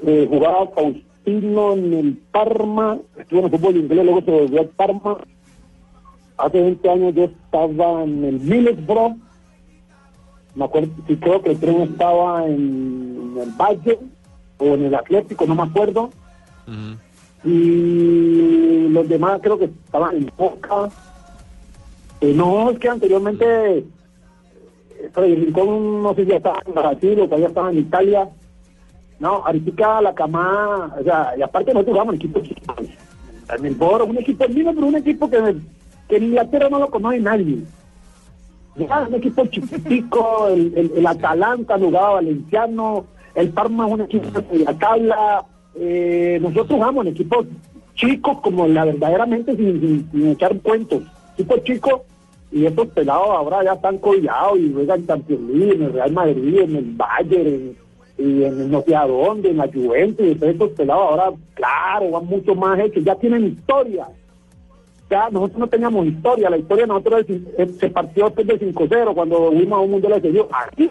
eh, jugaba Faustino en el Parma. Estuvo en el fútbol inglés, luego se volvió al Parma. Hace 20 años yo estaba en el Middlesbrough. Me acuerdo, sí, creo que el tren estaba en, el Valle o en el Atlético, no me acuerdo. Y los demás creo que estaban en Boca. Eh, no, es que anteriormente Freddy Rincón no sé si ya estaba en Brasil o todavía estaba en Italia. No, ahorita la camada, o sea, y aparte nosotros jugamos en equipo chico. En el Boro, un equipo libre, pero un equipo que, que en Inglaterra no lo conoce nadie. Ya, un equipo chiquitico, el, el, el Atalanta jugaba Valenciano, el Parma es un equipo de la tabla. Eh, nosotros jugamos en equipos chicos, como la verdaderamente, sin, sin, sin echar cuentos. Equipos chicos y estos pelados ahora ya están collados y juegan Champions League en el Real Madrid, en el Bayern, en- y en el no sé a dónde, en la Juventus, y todos estos pelados ahora, claro, van mucho más hechos, ya tienen historia. Ya nosotros no teníamos historia, la eh, historia de nosotros es- es- se partió después del 5-0 cuando fuimos a un mundial de Sevilla. Aquí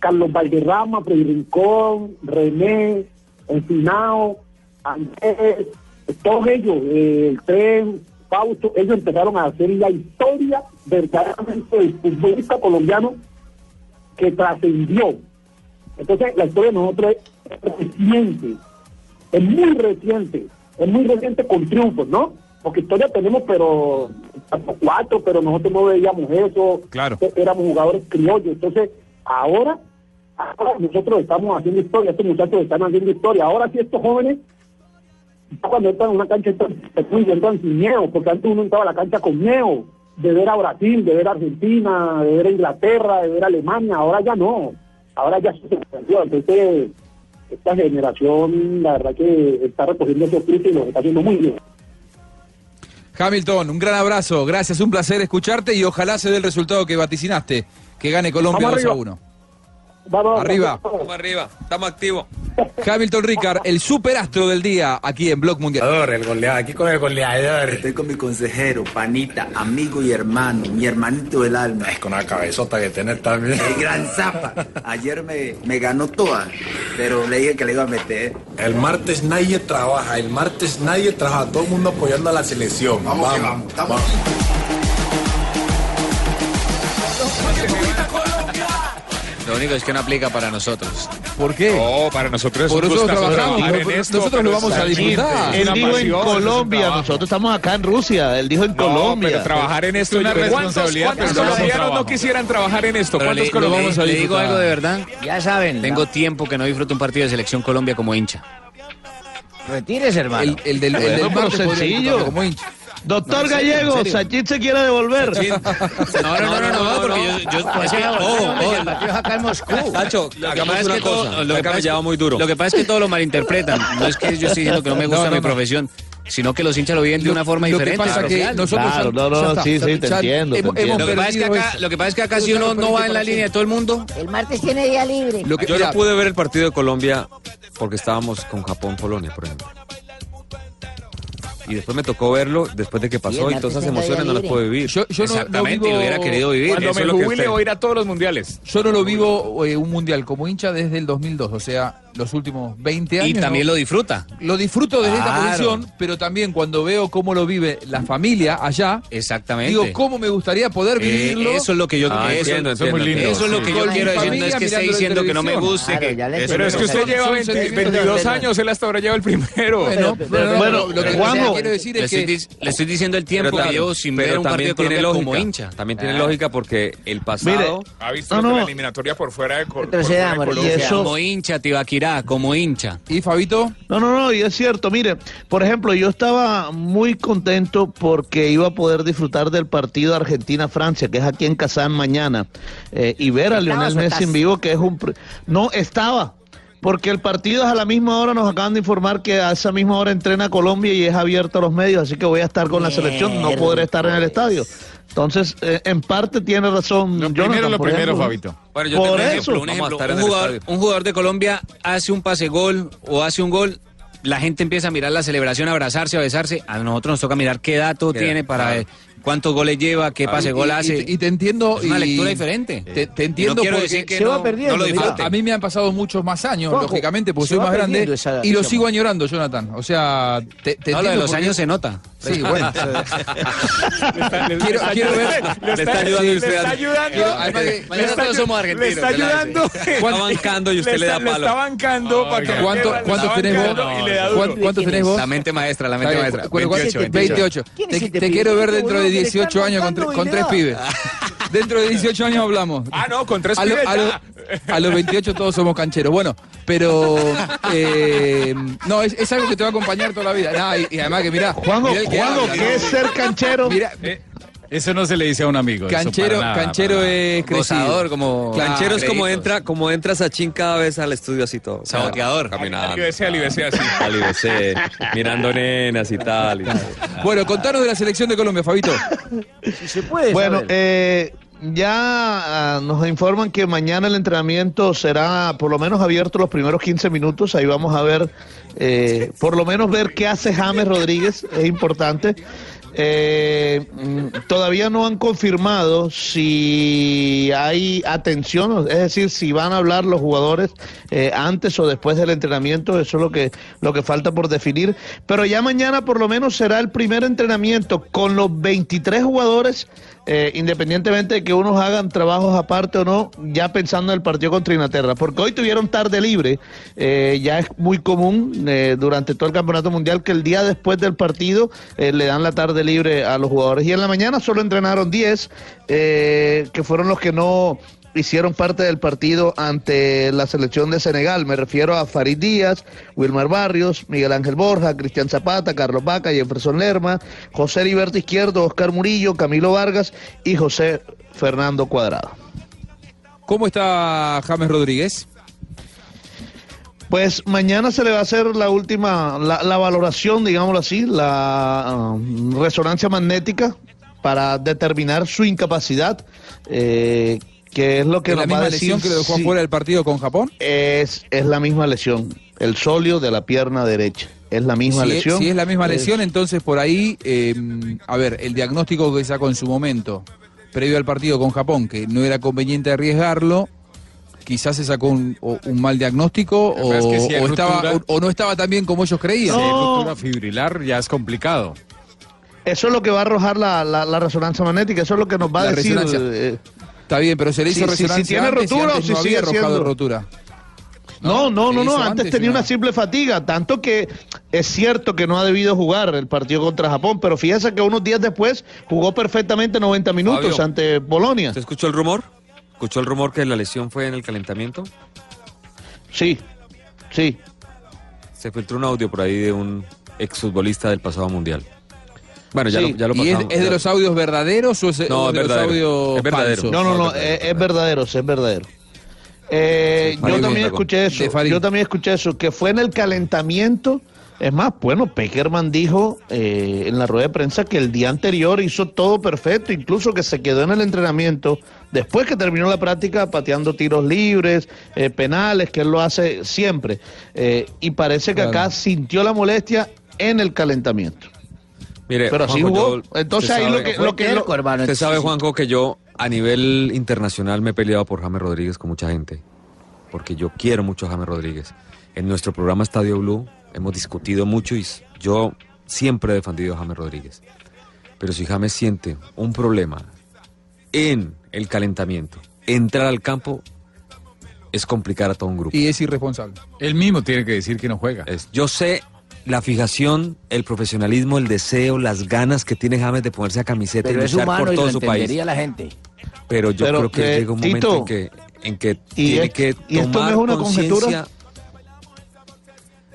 Carlos Valderrama, Freddy Rincón, René, Enfinao, Andrés, todos ellos, eh, el tren, Fausto, ellos empezaron a hacer la historia verdaderamente del futbolista colombiano que trascendió. Entonces, la historia de nosotros es reciente, es muy reciente, es muy reciente con triunfos, ¿no? Porque historia tenemos, pero cuatro, pero nosotros no veíamos eso. E-,
Claro.
Éramos jugadores criollos. Entonces, ahora, ahora nosotros estamos haciendo historia, estos muchachos están haciendo historia. Ahora sí, estos jóvenes, cuando entran en una cancha, están, se cuidan, entran sin miedo, porque antes uno entraba a la cancha con miedo de ver a Brasil, de ver a Argentina, de ver a Inglaterra, de ver a Alemania. Ahora ya no. Ahora ya se perdió. Entonces, esta generación, la verdad que está recogiendo esos frutos y lo está haciendo muy bien.
Hamilton, un gran abrazo, gracias, un placer escucharte y ojalá se dé el resultado que vaticinaste, que gane Colombia
Vamos
2 a
arriba.
1. arriba.
Vamos arriba, estamos activos.
Hamilton Ricard, el superastro del día aquí en Blog Mundial. El goleador, aquí con el goleador.
Estoy con mi consejero, panita, amigo y hermano, mi hermanito del alma. Es con una cabezota que tener también. El gran zapa. Ayer me, me ganó toda, pero le dije que le iba a meter. El martes nadie trabaja, el martes nadie trabaja, todo el mundo apoyando a la selección. Vamos, vamos, vamos.
Lo único es que no aplica para nosotros.
¿Por qué?
No, para nosotros es
Por
un
eso
gustazo
trabajamos,
trabajar en
nosotros-
esto,
nosotros
pero
lo vamos
es
a
un
disfrutar.
chiste, es
Él
una
dijo en
pasión, es un
Colombia,
trabajo.
nosotros estamos acá en Rusia, él dijo en Colombia.
Pero trabajar en esto
una
¿Cuántos,
responsabilidad,
cuántos
pero lo vamos a
colombianos no
trabajar.
quisieran trabajar en esto?
Pero
¿Cuántos
le, le-
colombianos?
le digo algo de verdad.
Ya saben.
Tengo tiempo que no disfruto un partido de selección Colombia como hincha.
Retires, hermano.
El,
el del,
Bueno, pero sencillo. Doctor
No, en serio, en
Gallego,
serio.
Sachin se quiere devolver.
No, no, no, no, no, porque yo... yo es que- ojo, ojo.
Ah,
Tacho, lo que pasa es que todo- lo que pasa es que- lo que pasa es que todos lo malinterpretan. No es que yo estoy diciendo que no me gusta
No, no,
mi
no.
profesión, sino que los hinchas lo viven de una forma
lo que
diferente.
pasa que
social.
nosotros Claro, ya- no, no, ya está, sí, sí, te ya entiendo, te hemos- entiendo.
Lo que pasa es que
perdido
acá,
eso.
lo que pasa es que acá si uno no va en la línea de todo el mundo...
El martes tiene día libre.
Yo no pude ver el partido de Colombia porque estábamos con Japón-Polonia, por ejemplo. Y después me tocó verlo después de que pasó y todas esas emociones no las pude vivir.
Yo, yo no- no vivo-
Cuando me jubile voy a ir a todos los mundiales.
Yo no lo vivo eh, un mundial como hincha desde el 2002, o sea, los últimos 20 años.
Y también
¿no?
lo disfruta.
Lo disfruto desde
Claro.
esta posición, pero también cuando veo cómo lo vive la familia allá,
Exactamente.
digo, ¿cómo me gustaría poder
Eh,
vivirlo?
eso es lo que yo
Ah,
eso,
entiendo,
eso es muy
entiendo,
lindo, eso es lo
sí.
que yo
Con mi
quiero decir, no es
familia
que esté
mirando la
diciendo que no me
televisión.
guste,
Claro,
que-
ya le
eso
entendí.
Pero es que usted
Son-
lleva
son
20
sentimientos
22
de-
años, él hasta ahora lleva el primero.
Bueno, pero- pero- bueno, lo que Juanjo- quiero decir es
le, estoy,
que-
dis- le estoy diciendo el tiempo
Pero
que
también-
llevo sin
pero
ver un partido de
también tiene
Colombia como
lógica,
hincha.
También tiene
Ah.
lógica porque el pasado...
Ha visto
No,
los de
no.
la eliminatoria por fuera de Col- por fuera de
Como
Colombia.
hincha, Tibaquirá, como hincha.
¿Y Fabito?
No, no, no, y es cierto. Mire, por ejemplo, yo estaba muy contento porque iba a poder disfrutar del partido Argentina-Francia, que es aquí en Kazán mañana, eh, y ver a
¿Estabas
Lionel
o
Messi
estás?
en vivo, que es un... pr- No, estaba. Porque el partido es a la misma hora, nos acaban de informar que a esa misma hora entrena Colombia y es abierto a los medios, así que voy a estar con la selección, no podré estar en el estadio. Entonces, eh, en parte tiene razón. Jonathan, por ejemplo.
Bueno, yo
por
tengo un
eso.
ejemplo,
Un
Vamos a
ejemplo,
estar en
un
el
jugador,
estadio.
un jugador de Colombia hace un pase gol o hace un gol, la gente empieza a mirar la celebración, a abrazarse, a besarse. A nosotros nos toca mirar qué dato
Qué
tiene
dato,
para
claro.
ver cuántos goles lleva, qué pase gol
Y- y-
hace.
Y, te entiendo.
Es una
y-
lectura diferente.
Te, te entiendo
Y no quiero
porque
decir que Se no- va perdiendo,
no lo
mira.
disfrute. A, a mí me han pasado muchos más años,
Ojo,
lógicamente, porque
se
soy
va
más grande.
perdiendo esa-
y lo
esa-
sigo añorando, Jonathan. O sea, te, te
No, lo de
entiendo
los
porque-
años se nota.
Sí, bueno.
Quiero- quiero ver-
Le
le
está,
está ayudando
sí, le
usted
está
a-
ayudando.
Quiero- además que-
Le está
nosotros
ayu-
somos argentinos,
Le está
que la hace.
ayudando.
Está bancando y usted le da
está- Le está
palo.
bancando para que
¿Cuánto-
le
cuántos
está
tenés
bancando
vos?
y le da
¿Cuán-
duro.
cuántos tenés vos?
La mente maestra, la
Está
mente
bien,
maestra.
¿cu- cu-
28,
28. Te, te quiero ver dentro de 18 años con, tre- con tres pibes. Dentro de 18 años hablamos.
Ah, no, con tres
a, lo-
pibes
a lo-
ya.
a los 28 todos somos cancheros. Bueno, pero. eh, no, es, es algo que te va a acompañar toda la vida. Nah, y, y además que mirá.
Juanjo,
mirá el que
Juanjo,
habla,
¿qué es ser canchero?
Mira,
Eh, Eso no se le dice a un amigo. eso
Canchero-
para nada,
canchero
para nada.
es crecido. Gozador, como-
Canchero es
Ah,
como
créditos.
entra, como entra Sachin cada vez al estudio así todo.
Saboteador.
Caminando.
Al IBC, al IBC, así.
Al IBC, mirando nenas y tal. y-
Bueno, contanos de la selección de Colombia, Fabito.
Bueno, eh, ya ah, nos informan que mañana el entrenamiento será por lo menos abierto los primeros 15 minutos. Ahí vamos a ver, eh, por lo menos ver qué hace James Rodríguez, es importante. Eh, mm, todavía no han confirmado si hay atención, es decir, si van a hablar los jugadores eh, antes o después del entrenamiento, eso es lo que, lo que falta por definir. Pero ya mañana por lo menos será el primer entrenamiento con los 23 jugadores eh, independientemente de que unos hagan trabajos aparte o no, ya pensando en el partido contra Inglaterra, porque hoy tuvieron tarde libre, eh, ya es muy común eh, durante todo el Campeonato Mundial que el día después del partido eh, le dan la tarde libre a los jugadores y en la mañana solo entrenaron 10, eh, que fueron los que no hicieron parte del partido ante la selección de Senegal. Me refiero a Farid Díaz, Wilmar Barrios, Miguel Ángel Borja, Cristian Zapata, Carlos Vaca, Jefferson Lerma, José Liberto Izquierdo, Oscar Murillo, Camilo Vargas y José Fernando Cuadrado.
¿Cómo está James Rodríguez?
Pues mañana se le va a hacer la última, la, la valoración, digámoslo así, la um, resonancia magnética para determinar su incapacidad. eh, que es lo que
¿Es la
nos va a
misma lesión
decir
que lo dejó
si-
fuera del partido con Japón?
es, es la misma lesión. El solio de la pierna derecha. Es la misma
si, es-
lesión. Eh.
si es la misma
Es-
lesión, entonces por ahí, eh, a ver, el diagnóstico que sacó en su momento, previo al partido con Japón, que no era conveniente arriesgarlo, quizás se sacó un, o- un mal diagnóstico o,
pasa es que si hay
o estaba-
ruptura-
o- o no estaba tan bien como ellos creían.
Si hay ruptura fibrilar ya es complicado.
Eso es lo que va a arrojar la, la- la resonancia magnética. Eso es lo que nos va a
La
decir.
resonancia.
eh,
Está bien, pero se le
Si-
hizo
si- si
resonancia.
tiene
antes y
rotura
antes
o si
no
sigue
había arrojado
siendo-
rotura.
No, no, no,
le
no.
hizo
Antes
antes
tenía
una-
una simple fatiga, tanto que es cierto que no ha debido jugar el partido contra Japón, pero fíjese que unos días después jugó perfectamente 90 minutos
Fabio.
ante Bolonia.
¿Usted escuchó el rumor? ¿Escuchó el rumor que la lesión fue en el calentamiento?
Sí, sí.
Se filtró un audio por ahí de un exfutbolista del pasado mundial. Bueno, ya,
Sí.
lo, ya lo
¿Y es,
pasamos.
es de los audios verdaderos o es,
No,
o
es
de los
verdadero.
audios
Es verdadero.
falsos?
No, no, no, es, es verdadero, es verdadero. Eh,
Sí,
yo
Farid
también
Mondragón.
escuché eso,
De Farid.
yo también escuché eso, que fue en el calentamiento. Es más, bueno, Peckerman dijo eh, en la rueda de prensa que el día anterior hizo todo perfecto, incluso que se quedó en el entrenamiento después que terminó la práctica pateando tiros libres, eh, penales, que él lo hace siempre. Eh, y parece que acá sintió la molestia en el calentamiento.
Mire,
Pero así jugó. Entonces
usted
ahí
sabe-
lo que... Lo que lo-
Usted sabe, Juanjo, que yo a nivel internacional me he peleado por James Rodríguez con mucha gente. Porque yo quiero mucho a James Rodríguez. En nuestro programa Estadio Blue hemos discutido mucho y s- yo siempre he defendido a James Rodríguez. Pero si James siente un problema en el calentamiento, entrar al campo es complicar a todo un grupo.
Y es irresponsable.
Él mismo tiene que decir que no juega. yo sé la fijación, el profesionalismo, el deseo, las ganas que tiene James de ponerse a camiseta
Pero
y
es
luchar
humano
por
y
todo
lo
su país.
entendería la gente.
Pero yo
Pero
creo que,
que,
llega un momento
Tito,
en que, en que
y
tiene
es-
que
y esto no
tomar
es una
conciencia
conjetura.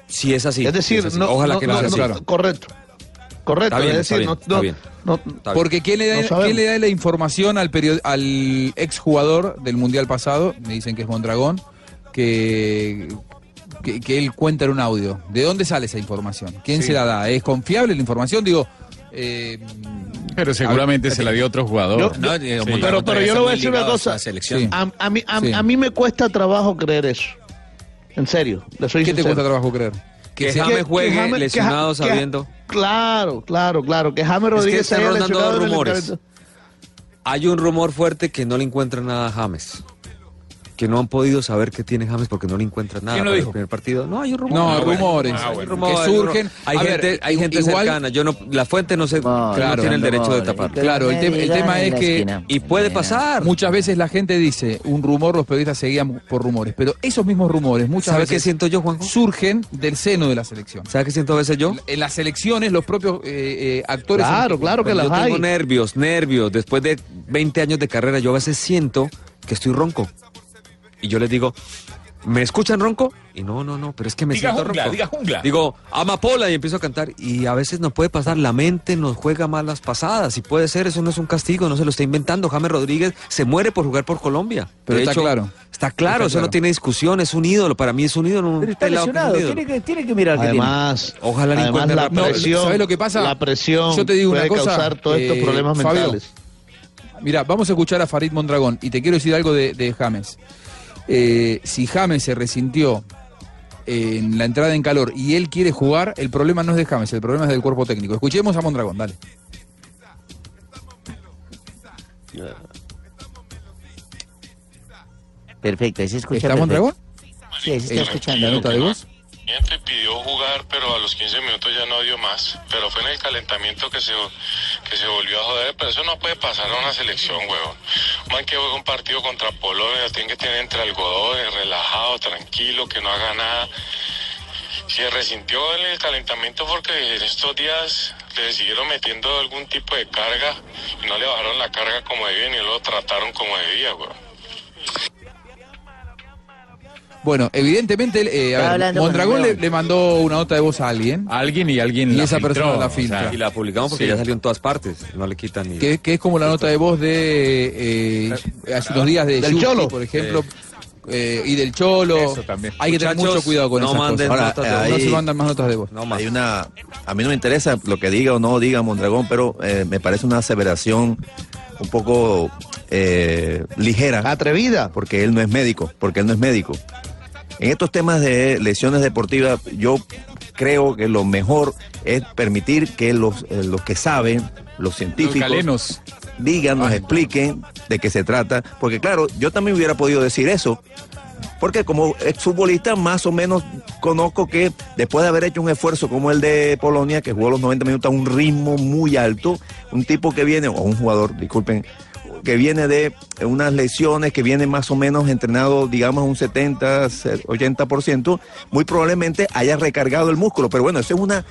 Si es así.
Es
si
decir,
así.
no,
ojalá
no,
que no,
no,
sea
no,
así.
correcto. Correcto,
Está bien,
es
está
decir,
bien,
no,
está
no-
bien.
no-
bien.
Porque ¿quién le da,
No sabemos.
quién le da la información al, perio- al exjugador del Mundial pasado? Me dicen que es Mondragón, que, que, que él cuenta en un audio. ¿De dónde sale esa información? ¿Quién
Sí.
se la da? Eh, ¿Es confiable la información? Digo, Ah,
Pero seguramente se la dio otro jugador.
Yo- No,
Sí.
Mondragón
Pero, pero yo le voy a decir una cosa.
selección.
A, a mí, a,
Sí.
a mí me cuesta trabajo creer eso. En serio, le soy
¿Qué te
sincero.
cuesta trabajo creer?
Que James juegue
James-
lesionado
que Ja-
sabiendo.
claro, claro, claro. Que James
Es que
Rodríguez
están
se haya
rondando dos
lesionado en el
rumores.
calentamiento.
Hay un rumor fuerte que no le encuentran nada a James. Que no han podido saber qué tiene James porque no le encuentran nada.
¿Quién lo
para el
dijo?
primer partido. No, hay un rumor.
No,
Ah, bueno.
rumores.
Ah, bueno.
Hay rumores
Que
hay
surgen.
rumor.
Hay
A ver,
gente, hay
i-
gente
igual-
cercana. Yo no, la fuente no, se, no
claro,
tiene el derecho de
rumores.
tapar.
Claro, el, tem- el tema es que.
Y puede pasar.
Muchas veces la gente dice, un rumor, los periodistas seguían por rumores. Pero esos mismos rumores, muchas
¿Sabe
veces.
qué siento yo, Juan?
Surgen del seno de la selección.
¿Sabes qué siento a veces yo?
En las selecciones, los propios eh, eh, actores.
Cuando yo tengo nervios, nervios. Después de 20 años de carrera, yo a veces siento que estoy ronco. Y yo les digo, ¿me escuchan ronco? Y no, no, no, pero es que me
Diga
siento
jungla,
ronco.
diga jungla.
Digo, amapola y empiezo a cantar. Y a veces nos puede pasar, la mente nos juega malas pasadas. Y puede ser, eso no es un castigo, no se lo está inventando. James Rodríguez se muere por jugar por Colombia.
Pero
De
está
hecho,
claro.
Está claro,
Está
eso
claro.
no tiene discusión, es un ídolo. Para mí es un ídolo. Un
Está
pelado que es un
lesionado,
ídolo.
tiene que, tiene que mirar
Además,
que tiene.
Ojalá le
además
encuentre
la presión,
¿sabes lo que pasa?
La presión
Yo te digo
puede
una cosa,
causar todos estos
eh,
problemas
Fabio,
mentales.
Mira, vamos a escuchar a Farid Mondragón y te quiero decir algo de, de James. Eh, si James se resintió eh, en la entrada en calor y él quiere jugar, el problema no es de James, el problema es del cuerpo técnico. Escuchemos a Mondragón, dale.
Perfecto, ahí se escucha.
¿Está
perfecto.
Mondragón?
Sí, ahí se está
Eh,
escuchando.
¿la nota de voz?
Gente pidió jugar, pero a los 15 minutos ya no dio más. Pero fue en el calentamiento que se, que se volvió a joder. Pero eso no puede pasar a una selección, huevón. Un Man que juega un partido contra Polonia, tiene que tener entre algodones, relajado, tranquilo, que no haga nada. Se resintió en el calentamiento porque en estos días le siguieron metiendo algún tipo de carga y no le bajaron la carga como debían y lo trataron como debía, huevón.
Bueno, evidentemente, eh, a
Está
ver,
hablando con
Mondragón
el
le, le mandó una nota de voz a alguien.
alguien y alguien
Y
la
esa
filtró,
persona la
o sea,
filtra.
y la publicamos porque
Sí.
ya salió en todas partes. No le quitan ni.
que, que es como la nota de voz de eh, hace unos días de
Del
Yuki,
Cholo.
por ejemplo, eh, y del Cholo. Hay que tener mucho cuidado con esas cosas.
Ahora,
no
ahí-
se mandan más notas de voz.
Hay una, a mí no me interesa lo que diga o no diga Mondragón, pero eh, me parece una aseveración un poco eh, ligera.
Atrevida.
Porque él no es médico, porque él no es médico. En estos temas de lesiones deportivas, yo creo que lo mejor es permitir que los, eh, los que saben, los científicos,
galenos.
digan, nos expliquen de qué se trata. Porque claro, yo también hubiera podido decir eso, porque como exfutbolista más o menos conozco que después de haber hecho un esfuerzo como el de Polonia, que jugó los 90 minutos a un ritmo muy alto, un tipo que viene, o un jugador, disculpen, que viene de unas lesiones, que viene más o menos entrenado, digamos, un 70, 80%, muy probablemente haya recargado el músculo. Pero bueno, eso es una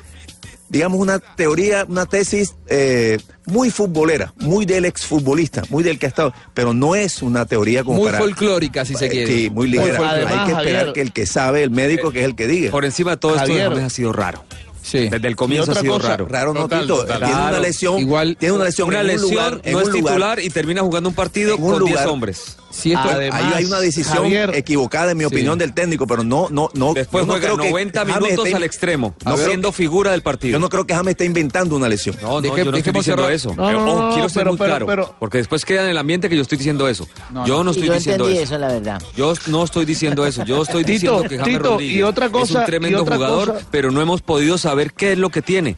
digamos, una teoría, una tesis eh, muy futbolera, muy del exfutbolista, muy del que ha estado, pero no es una teoría como
Muy
para- Eh,
folclórica, si se quiere.
Sí, muy
Muy
ligera. Hay
folclórica.
que
Además,
esperar
Javier-
que el que sabe, el médico, que es el que diga.
Eh, Por encima de todo esto,
Javier.
James ha sido raro.
Sí.
Desde el comienzo ha sido raro.
Raro no, Tito. Tiene una
Claro.
lesión. Igual, tiene una lesión. en
Una
un
lesión,
lugar, en
no
un
es
lugar.
titular y termina jugando un partido
en un
con 10
lugar.
hombres.
Además, ahí hay una decisión
Eh,
equivocada, en mi opinión, del técnico, pero no, no, no.
Después
yo no
juega
creo que
90
James
minutos
esté-
al extremo,
No creo-
siendo figura del partido.
Yo no creo que James esté inventando una lesión.
No, no, yo no estoy diciendo eso.
No,
Pero,
no,
oh,
no,
quiero ser
pero-
muy
pero-
claro.
pero-
porque después queda en el ambiente que yo estoy diciendo eso. Yo no
Sí,
estoy
yo
diciendo
entendí
eso.
eso, la verdad.
Yo no estoy diciendo eso. Yo estoy
Tito,
diciendo que James
Tito,
Rodríguez
y otra
es un
cosa,
tremendo
y otra
jugador,
cosa.
pero no hemos podido saber qué es lo que tiene.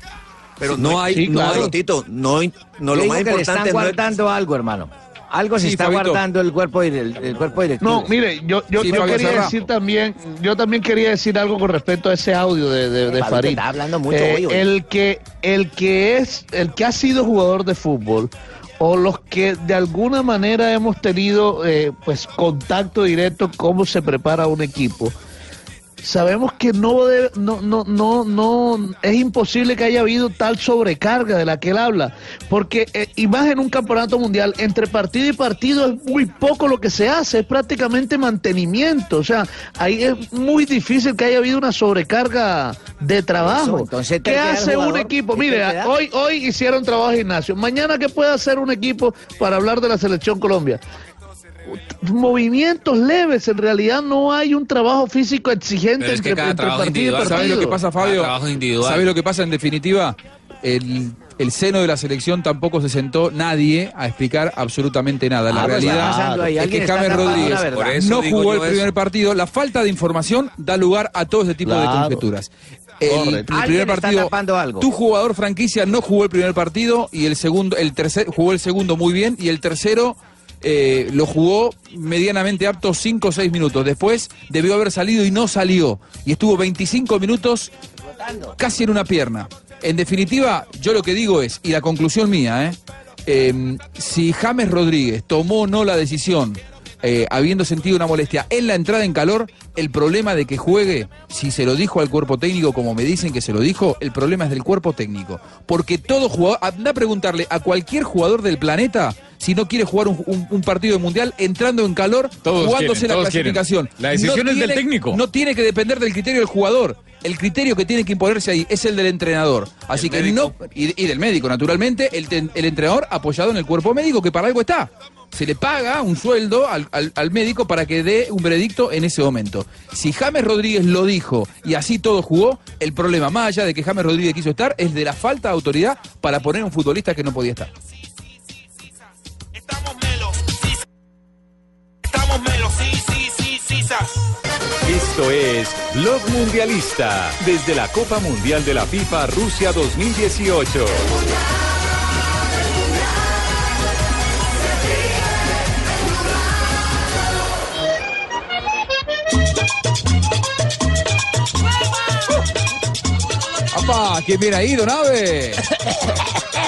Pero
no hay, no hay-
Tito, no, hay- no
Yo
lo
digo
más
que le
importante
están
no es-
guardando algo, hermano. Algo se
Sí,
está
Fabito.
guardando el cuerpo, y el, el cuerpo directivo.
No, mire, yo, yo, yo quería decir también, yo también quería decir algo con respecto a ese audio de, de, de
Fabito
Farid. Eh,
está hablando mucho hoy, oye.
El que, el que es, el que ha sido jugador de fútbol o los que de alguna manera hemos tenido eh, pues contacto directo cómo se prepara un equipo. Sabemos que no, debe- no, no, no, no, es imposible que haya habido tal sobrecarga de la que él habla, porque eh, y más en un campeonato mundial, entre partido y partido es muy poco lo que se hace, es prácticamente mantenimiento, o sea, ahí es muy difícil que haya habido una sobrecarga de trabajo.
Eso, entonces, ¿qué
¿Qué
queda el
hace un
jugador?
equipo?
¿Qué
Mire,
queda?
hoy, hoy hicieron trabajo de gimnasio, mañana ¿qué puede hacer un equipo para hablar de la selección Colombia? movimientos leves. En realidad no hay un trabajo físico exigente
Pero es que
entre,
cada
entre
trabajo
partido y
individual,
partido.
¿Sabes lo que pasa, Fabio?
Cada trabajo es individual.
¿Sabes lo que pasa en definitiva? El, el seno de la selección tampoco se sentó nadie a explicar absolutamente nada. La
Ah, pues, está
realidad
pasando ahí.
es
Alguien
que
está
James
tapando la
Rodríguez
verdad. Por eso
no
digo
jugó el
yo eso.
primer partido. La falta de información da lugar a todo ese tipo de
Claro.
conjeturas. El, el
Alguien
primer
está
partido,
tapando algo.
tu jugador franquicia no jugó el primer partido y el segundo, el tercer jugó el segundo muy bien y el tercero eh, lo jugó medianamente apto 5 o 6 minutos. Después debió haber salido y no salió y estuvo 25 minutos casi en una pierna. En definitiva, yo lo que digo es, y la conclusión mía, ¿eh? Eh, si James Rodríguez tomó o no la decisión, eh, habiendo sentido una molestia en la entrada en calor, el problema de que juegue, si se lo dijo al cuerpo técnico, como me dicen que se lo dijo, el problema es del cuerpo técnico. Porque todo jugador, anda a preguntarle a cualquier jugador del planeta si no quiere jugar un, un- un partido de mundial entrando en calor,
Todos
jugándose
quieren,
la
todos quieren.
clasificación.
La decisión es del
tiene-
técnico.
No tiene que depender del criterio del jugador. El criterio que tiene que imponerse ahí es el del entrenador. Así que no. Y, y del médico, naturalmente. El, ten- el entrenador apoyado en el cuerpo médico, que para algo está. Se le paga un sueldo al, al- al médico para que dé un veredicto en ese momento. Si James Rodríguez lo dijo y así todo jugó, el problema, más allá de que James Rodríguez quiso estar, es de la falta de autoridad para poner a un futbolista que no podía estar.
Esto es Blog Mundialista desde la Copa Mundial de la FIFA Rusia 2018.
¡Apa! ¿Quién viene ahí, don Abe?
Eh,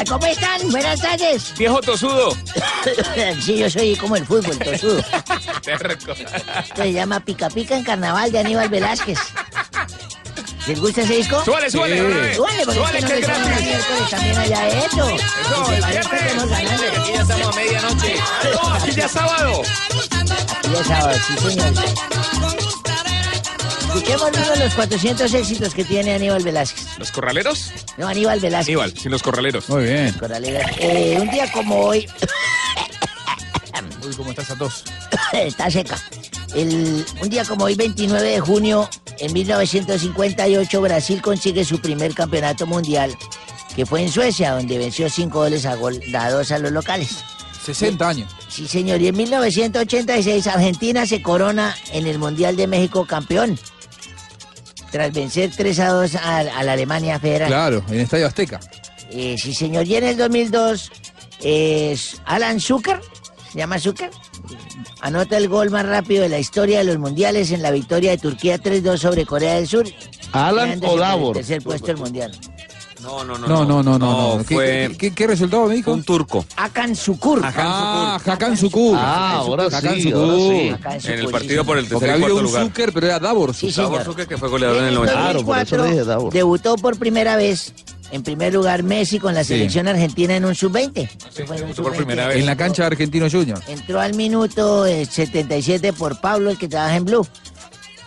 ¿Cómo están? Buenas tardes.
Viejo tosudo.
Sí, yo soy como el fútbol, tosudo.
Terco.
Esto se llama Pica Pica en Carnaval de Aníbal Velázquez. ¿Les gusta ese disco?
Súbale, súbale, don Abe.
Súbale, porque
Súbale,
es
que
que
es
no les
gratis.
ganan miércoles también allá eso. Eso, es
Aquí ya estamos a medianoche. No, aquí ya es sábado.
Y es sábado, sí, señor. Escuchemos uno de los 400 éxitos que tiene Aníbal Velázquez.
¿Los corraleros?
No, Aníbal Velázquez.
Aníbal, sin los corraleros.
Muy bien.
Corralera. Eh, un día como hoy,
Uy, ¿cómo estás a dos?
está seca. El, un día como hoy, 29 de junio, en 1958, Brasil consigue su primer campeonato mundial, que fue en Suecia, donde venció 5 goles a gol dados a los locales.
60 años.
Sí, señor. Y en 1986, Argentina se corona en el Mundial de México campeón, tras vencer 3 a 2 a, a la Alemania Federal.
Claro, en Estadio Azteca.
Eh, sí, señor. Y en el 2002, es Alan Zucker, se llama Zucker, anota el gol más rápido de la historia de los mundiales en la victoria de Turquía 3-2 sobre Corea del Sur.
Alan
Quedándose por
Odabor.
El tercer puesto del mundial.
No, no, no.
No, no, no, no. no, ¿Qué,
fue
qué- qué- qué resultado me dijo? Un
turco.
Akan Sukur.
Ah, Hakan Sukur.
Ah, ahora sí,
Hakan
ahora sí.
Sukur.
Hakan
En el partido por el
Porque
tercer y
había
cuarto
un
lugar.
Zucker, pero era Davor.
Sí,
Davor
señor.
Zucker, que fue goleador en el 94.
2004 debutó por primera vez, en primer lugar, Messi con la
Sí.
selección argentina en un sub-20.
Por primera vez. En la cancha de Argentino Junior.
Entró al minuto eh, 77 por Pablo, el que trabaja en Blue.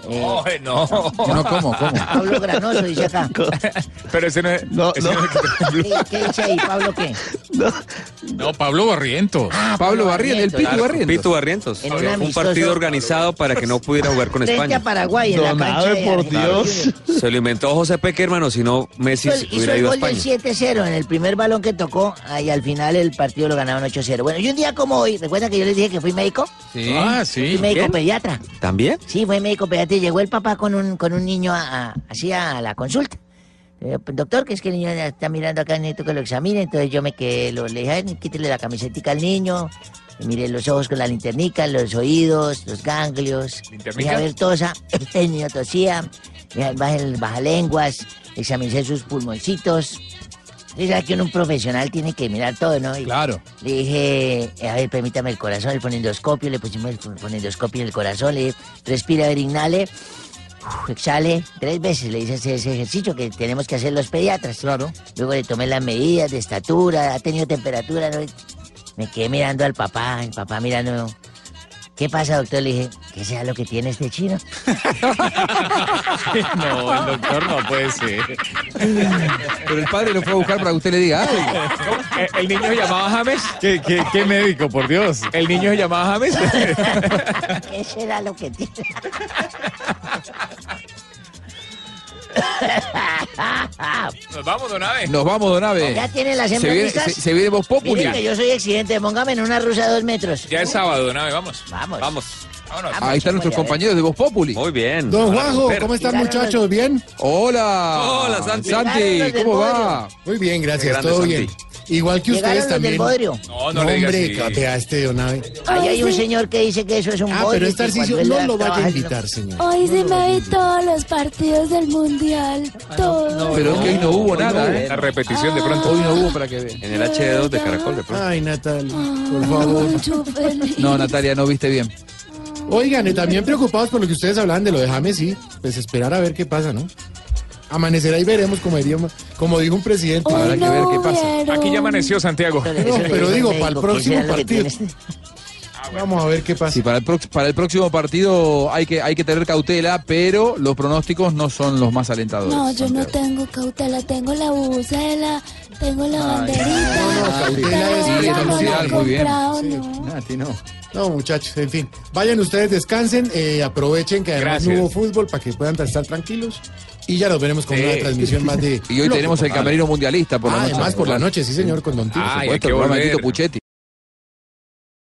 Eh.
Ay, no.
No, ¿cómo, cómo?
Pablo Granoso dice acá.
Pero ese no es. ese no es el que te-
¿Qué, qué dice ahí, Pablo? ¿Qué?
No, Pablo Barriento.
Ah,
Pablo Barrientos, el Pitu Barrientos.
Pitu Barrientos.
En
Que
un
fue un
amistoso-
partido organizado para que no pudiera jugar con
Pues, Frente
España.
a Paraguay en la cancha de Argentino Junior.
Se lo inventó José Peque, hermano, si no Messi
Hizo
se
el, hizo
hubiera
el
ido a
gol
España.
del 7-0 en el primer balón que tocó ah, y al final el partido lo ganaron 8-0. Bueno, y un día como hoy, ¿recuerdan que yo les dije que fui médico?
Sí. Ah, sí.
Fui médico
¿Bien?
pediatra.
¿También?
Sí, fue médico pediatra y llegó el papá con un, con un niño a- a- así a la consulta. Eh, Doctor, que es que el niño está mirando acá, necesito que lo examine. Entonces yo me quedé, lo, le dije, "Ay, quítele la camisetica al niño. Y miré los ojos con la linternica, los oídos, los ganglios. Dije,
¿Linternica?
a ver, tosa. El niño tosía. Dije, baja el bajalenguas. Examiné sus pulmoncitos. Y sabe que uno, un profesional tiene que mirar todo, ¿no?
claro.
Le dije, a ver, permítame el corazón, el fonendoscopio, le pusimos el fonendoscopio en el corazón, le dije, respira, a ver, inhale, uf, exhale, tres veces le hice ese, ese ejercicio que tenemos que hacer los pediatras.
Claro.
Luego le tomé las medidas de estatura, ha tenido temperatura, ¿no? me quedé mirando al papá, el papá mirando, ¿qué pasa, doctor? Le dije, que sea lo que tiene este chino.
No, el doctor no puede ser.
Pero el padre lo fue a buscar para que usted le diga. "Ay,
Eh, ¿El niño se llamaba James? ¿Qué, médico, por Dios? ¿El niño se llamaba James?
¿Qué será lo que tiene?
Nos vamos, don Abe.
Nos vamos, don Abe.
Ya tienen las
se viene,
hembras
se, se viene Voz Populi.
Miren que yo soy exigente, póngame en una rusa a dos metros.
Ya es sábado, don Abe, vamos.
Vamos.
Vamos.
Ahí están nuestros compañeros de Voz Populi. Muy
bien.
Don Juanjo, ¿cómo están muchachos? ¿Bien? Ah,
Hola. Hola, Santi. Santi, ¿cómo va?
Muy bien,
Qué
gracias,
grande,
todo
Santi.
bien. Igual que
Llegaron
ustedes
los del
también.
bodrio.
No,
No,
no,
no le diga
hombre,
así.
capeaste, don Abe.
Ahí hay un
Ay, sí.
señor que dice que eso es un
Ah,
bodrio
pero
y
está
que
Tarcisio,
cuando él
no
le da
lo vaya a
trabajo,
invitar, señor.
Hoy sí me vi todos los partidos del mundial. Todos.
Pero es que hoy no hubo nada, ¿eh?
La repetición de pronto.
Hoy no hubo para que vean.
En el H2 de Caracol de pronto.
Ay, Natalia, por favor.
favor.
No, Natalia, no viste bien.
Oigan, y también preocupados por lo que ustedes hablan de lo de James, sí. Pues esperar a ver qué pasa, ¿no? Amanecerá y veremos, como, diría- como dijo un presidente.
Habrá que ver qué pasa.
Aquí ya amaneció Santiago.
No, pero digo, para el próximo partido.
Ah,
Vamos a ver qué pasa.
Sí, para el, prox- para el próximo partido hay que, hay que tener cautela, pero los pronósticos no son los más alentadores.
No, yo no tengo cautela, tengo la bubucela, tengo la banderita.
Cautela es
ya no
precaución.
la he
Muy bien.
comprado,
Sí.
no.
No, muchachos, en fin. Vayan ustedes, descansen, eh, aprovechen que además
Gracias.
no hubo fútbol para que puedan estar tranquilos. Y ya nos veremos con
Sí.
una transmisión más de.
Y hoy
Lo
tenemos
que
el camerino mundialista por
Ah,
la noche.
además por la noche, sí, señor, con Don Tito.
Ah,
Por supuesto, el programa de Tito Puchetti.